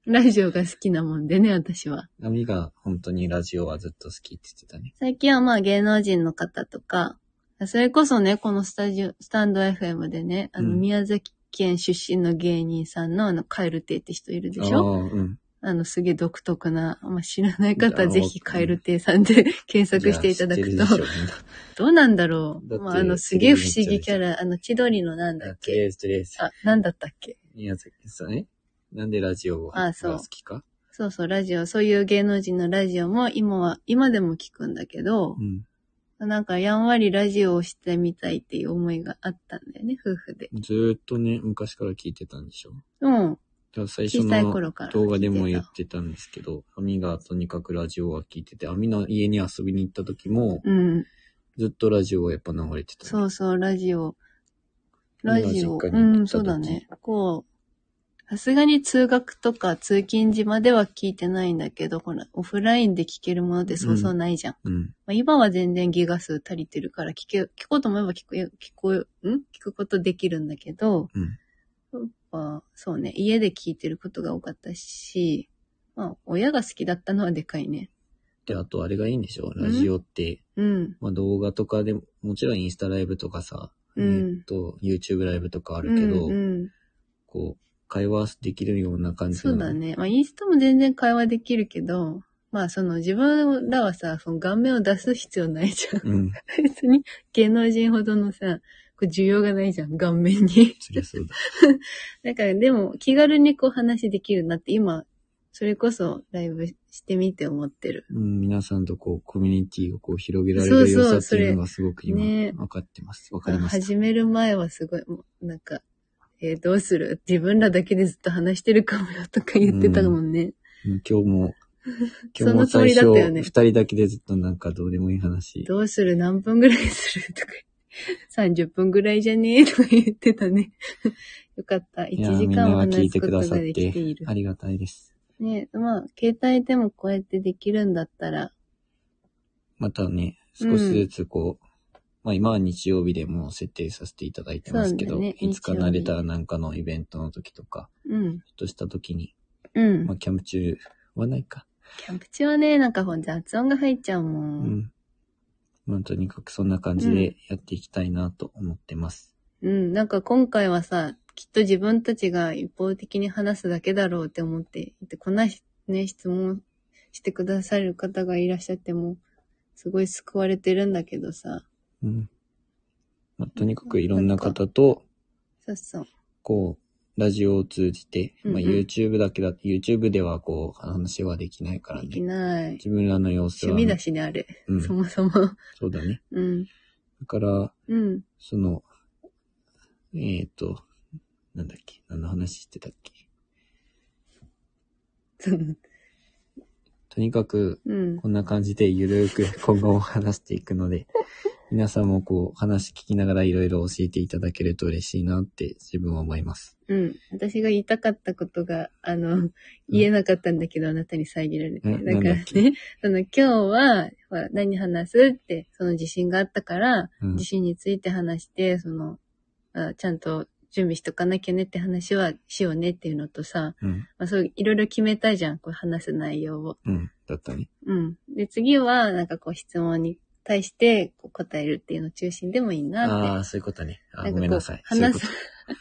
ラジオが好きなもんでね、私は。
ナミが本当にラジオはずっと好きって言ってたね。
最近はまあ芸能人の方とか、それこそね、このスタジオ、スタンド FM でね、あの、
うん
宮崎県出身の芸人さんの、あの、カエル亭って人いるでしょ
ああ、うん。
あの、すげえ独特な、まあ、知らない方
い
はぜ
や
ひカエル亭さんで 検索していただ
じ
く
ゃあ知って
と、
るでしょみんな
どうなんだろ
だ
う。
って
まあ、あの、すげえ不思議キャラ、あの、千鳥のなん だっ
とりあ
け。
えず、とりあえず、
あ、なんだったっけ。
宮崎さんね。なんでラジオ
あ
が
そう
好きか
そうそう、ラジオ、そういう芸能人のラジオも今は、今でも聞くんだけど、
うん。
なんかやんわりラジオをしてみたいっていう思いがあったんだよね、夫婦で。
ずーっとね、昔から聞いてたんでしょ。
うん。
だから最初
小さい
の
頃から。
動画でも言ってたんですけど、アミがとにかくラジオは聞いてて、アミの家に遊びに行った時も、
うん。
ずっとラジオはやっぱ流れてた。
そうそう、ラジオ。ラジオ。
今実家
う
に行った時
ん、そうだね。こう、さすがに通学とか通勤時までは聞いてないんだけど、ほら、オフラインで聞けるものってそうそうないじゃん。
うん。
まあ、今は全然ギガ数足りてるから聞け、聞こうと思えば聞こえ、聞こえ、ん聞くことできるんだけど、
うん
やっぱ、そうね、家で聞いてることが多かったし、まあ、親が好きだったのはでかいね。
で、あとあれがいいんでしょラジオって、
うん。
まあ動画とかでも、もちろんインスタライブとかさ、
うん
えっと、YouTube ライブとかあ
あ
るけど、
うんうん
こう、会話できるような感じ
そうだ。ね。まあ、インスタも全然会話できるけど、まあ、その自分らはさ、その顔面を出す必要ないじゃん。
うん。
別に芸能人ほどのさ、こう需要がないじゃん、顔面に。
そりゃそうだ。
だから、でも気軽にこう話できるなって、今、それこそライブしてみて思ってる。
うん、皆さんとこう、コミュニティをこう、広げられる良さっていうのがすごく
そうそれね
今、分かってます。分かりました。
始める前はすごい、もうなんか、えーどうする自分らだけでずっと話してるかもよとか言ってたもんね。
うん今日も、今
そ
日
の
も
通
最
りだ
初、
っ
二、
たよね
人だけでずっとなんかどうでもいい話。
どうする何分ぐらいするとか。30分ぐらいじゃねえとか言ってたね。よかった。1
いやー
時
みんな
間
が聞
話
い
す
て
こ
く
と
ださ
が
っ
できてい
て
る、。
ありがたいです。
ねまあ、携帯でもこうやってできるんだったら、
またね、少しずつこう、まあ今は日曜日でもう設定させていただいてますけ
そ
ど、
うだね
いつか慣れたらなんかのイベントの時とか、
うん、
ちょっとした時に、
うん。
まあキャンプ中はないか。
キャンプ中はね、なんかほん雑音が入っちゃうも。
うんん。まあとにかくそんな感じでやっていきたいなと思ってます。
うん、なんか今回はさ、きっと自分たちが一方的に話すだけだろうって思って、でこんなしね、質問してくださる方がいらっしゃっても、すごい救われてるんだけどさ。
うん。まあとにかくいろんな方と、
そうそう。
こう、ラジオを通じて、まあ、
うんうん
YouTube だけだ、YouTube ではこう、話はできないから
でき
ね。
ない。
自分らの様子は、
趣味だしね、あれ。
うん、
そ
そ
もそも。
うだね。
うん。
だから、
うん。
その、えっ、と、なんだっけ、何の話してたっけ。とにかく、
うん。
こんな感じでゆるーく今後も話していくので、皆さんもこう、話聞きながらいろいろ教えていただけると嬉しいなって自分は思います。
うん。私が言いたかったことが、あの、言えなかったんだけど、あなたに遮られて。
え
だから
なんだっけ
ね、 その今日は、ほら何話すって、その自信があったから、
うん
自信について話して、そのあ、ちゃんと準備しとかなきゃねって話はしようねっていうのとさ、
うん。
まあそう、いろいろ決めたじゃん、こう話す内容を。
うん。だったね。
うん。で、次は、なんかこう質問に対してこう答えるっていうの中心でもいいな
あ
って。
あ、そういうことね。あ
な
ー
ん
ごめ
かこ
んな
う
さい。そういう
話
こと
す、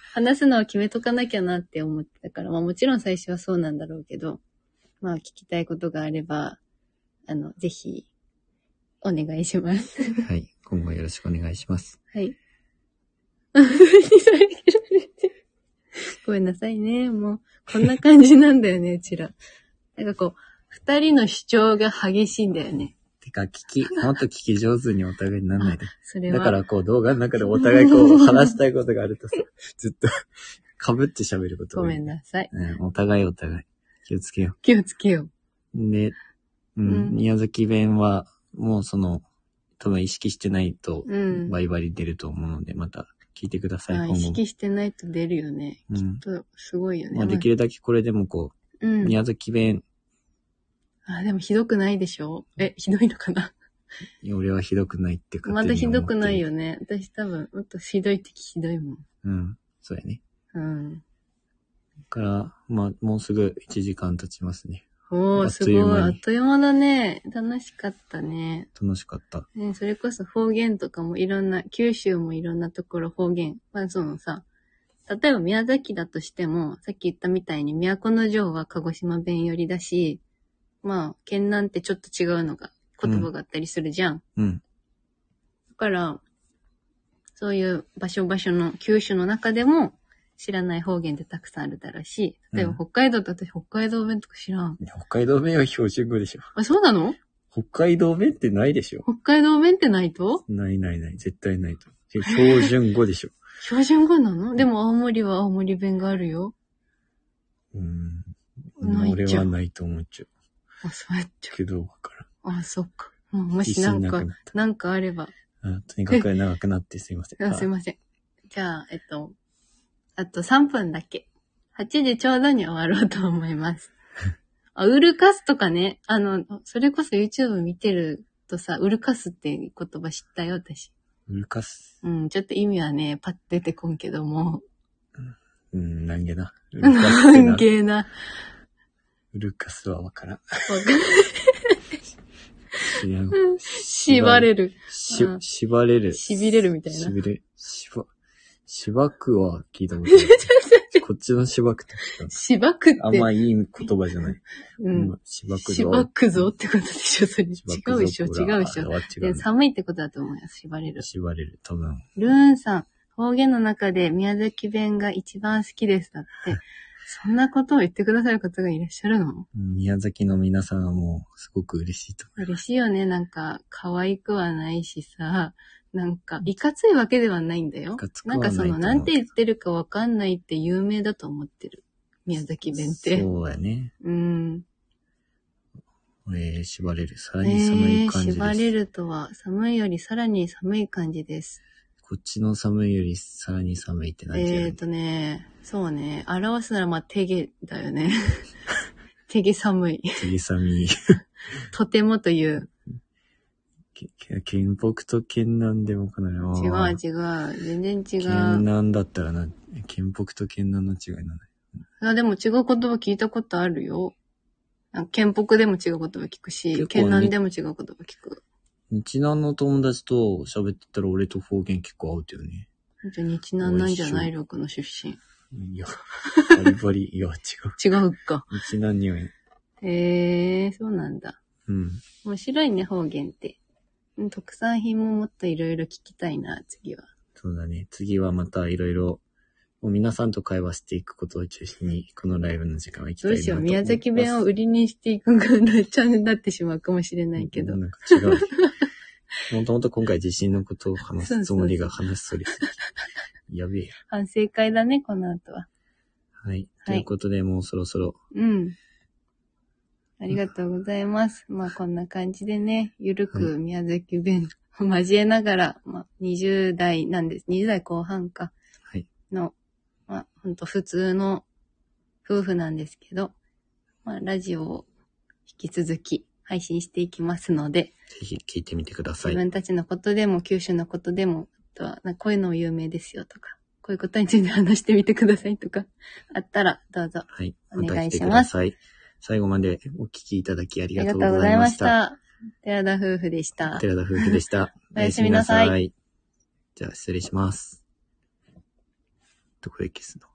話すのは決めとかなきゃなって思ってたから、まあもちろん最初はそうなんだろうけど、まあ聞きたいことがあれば、あの、ぜひ、お願いします。
はい。今後よろしくお願いします。
はい。 あふふに遮られてごめんなさいね。もう、こんな感じなんだよね、うちら。なんかこう、二人の主張が激しいんだよね。
てか、聞き、もっと聞き上手にお互いにならないで。
それは。
だからこう、動画の中でお互いこう、話したいことがあるとさ、ずっと、 被って喋ること
ご
が多い
めん。なさい。
うん、お互いお互い。気をつけよ
気をつけよ
う。で、うん、
うん
宮崎弁は、もうその、多分意識してないと
う。、うん。
バリバリ出ると思うので、また聞いてください、
まあ
今
意
後も。
識してないと出るよね。
うん。
とすごいよね。
まあ、できるだけこれでもこ
まあう
う、
ん。
宮崎弁、
あ、でもひどくないでしょえ、ひどいのか な
俺はひどくないって感じ。
まだひどくない。よね。私多分、もっとひどいってひどいもん。
うん。そうやね。
うん。
から、まあ、もうすぐ1時間経ちますね。
お
あ
ー、
っ
す
と
ご
い
い。
う間に
あっという間だね。楽しかったね。
楽しかった。
ね、それこそ方言とかもいろんな、九州もいろんなところ方言。まあそのさ、例えば宮崎だとしても、さっき言ったみたいに都城は鹿児島弁寄りだし、まあ、県南ってちょっと違うのが、言葉があったりするじゃん
うん。
だから、そういう場所場所の九州の中でも知らない方言ってたくさんあるだろうし、例えば
うん
北海道だと北海道弁とか知らん。
北海道弁は標準語でしょ。
あ、そうなの
北海道弁ってないでしょ。
北海道弁ってないと
ないないない。絶対ないと。え標準語でしょ。
標準語なのでも青森は青森弁があるよ。
うん。
ない
俺
じゃ
は
ん
ないと思っちゃ
あ、そうやっちゃ
うけど、わからん。
う。あ、そっか。もうも
自
しな
信
ん
なく
か、
なっ
なんかあれば。
た。あとにかく長くなってすいません。
あすい
あ
ません。じゃあ、えっと、あと3分だけ。8時ちょうどに終わろうと思い ます。あ、ウルカスとかね、あの、それこそ YouTube 見てるとさ、ウルカスって言葉知ったよ、私。
ウルカス。
うん、ちょっと意味はね、パッと出てこんけども、
うん、なんげ な。ウルカスって
関
な。
係 な。わ
ウルカスはわからん。
かん
知らん。
縛れる。
し
う、ん
縛れる。
痺れるみたいな
しびれ、しば、しばくは聞いたこ とない。こっちのしばくって聞い
縛くって。
た。あんまいい言葉じゃない。
う。
うんん。しばくぞ。
縛くぞってことでしょ、それ。違
しばくぞ。
うでしょ、違うでしょ。
これは違
で
うね。
寒いってことだと思います、縛れる。
縛れる。多分。
ルーンさん、方言の中で宮崎弁が一番好きです。だって、そんなことを言ってくださる方がいらっしゃるの
宮崎の皆さんはもう、すごく嬉しいと思
嬉しいよね。なんか、可愛くはないしさ、なんか、いかついわけではないんだよ。
いかつく
な
は
ん
ない
か
と
そ
思う
の、なんて言ってるかわかんないって有名だと思ってる。宮崎
う。
弁って。う
そうだね。
ん。
えー、縛れる。さら
え
に寒い
ー、
感じです。
縛れるとは、寒いよりさらに寒い感じです。
こっちの寒いよりさらに寒いってなんて言う
え
の
ーとね、そうね、表すならまあ、手毛だよ ね。手毛寒い。
次寒い。
とてもという。
けけ 県北と県南でもかなり。あ
違
ー
う違う。全然違
県
う。
南だったらな、県北と県南の違いなのね。
あでも違う言葉聞いたことあるよ。あ県北でも違う言葉聞く
結構
し、
ね
県南でも違う言葉聞く。
日南の友達と喋ってたら俺と方言結構合うてよね。
本当に日南なんじゃな
おい
い六の出身。
いや、バリバリ、いや、違う。
違うか。
日南には、
えー、そうなんだ。
うん。
面白いね、方言って。うん特産品ももっといろいろ聞きたいな、次は。
そうだね。次はまたいろいろ、もう皆さんと会話していくことを中心に、このライブの時間は行きた
ど
いな
う
と
し
思い
よう、
ます。
宮崎弁を売りにしていくんかな、チャンネルになってしまうかもしれないけど。
なんか違う。もともと今回地震のことを話すつもりが話すそりすぎ。やべえや。
反省会だね、この後は。
はい。ということで、もうそろそろ、
うん。ありがとうございます。まあこんな感じでね、ゆるく宮崎弁交えながら、まあ、20代なんです。20代後半か。
はい
の、まあ、ほんと普通の夫婦なんですけど、まあ、ラジオを引き続き配信していきますので、
ぜひ聞いてみてくださ
自
い。
分たちのことでも、九州のことでも、あとは、なんかこういうのも有名ですよとか、こういうことについて話してみてくださいとか、あったらどうぞ。あ
はい。
お願いします
来てください。最後までお聞きいただきあり
り
が
が
とう
とう
ご
ご
ざ
ざ
い
い
ま
ま
し。
したた。寺田夫婦でした。
寺田夫婦でした。
おやすみなさい
おやすみなさいじゃあ失礼します。どこで消すの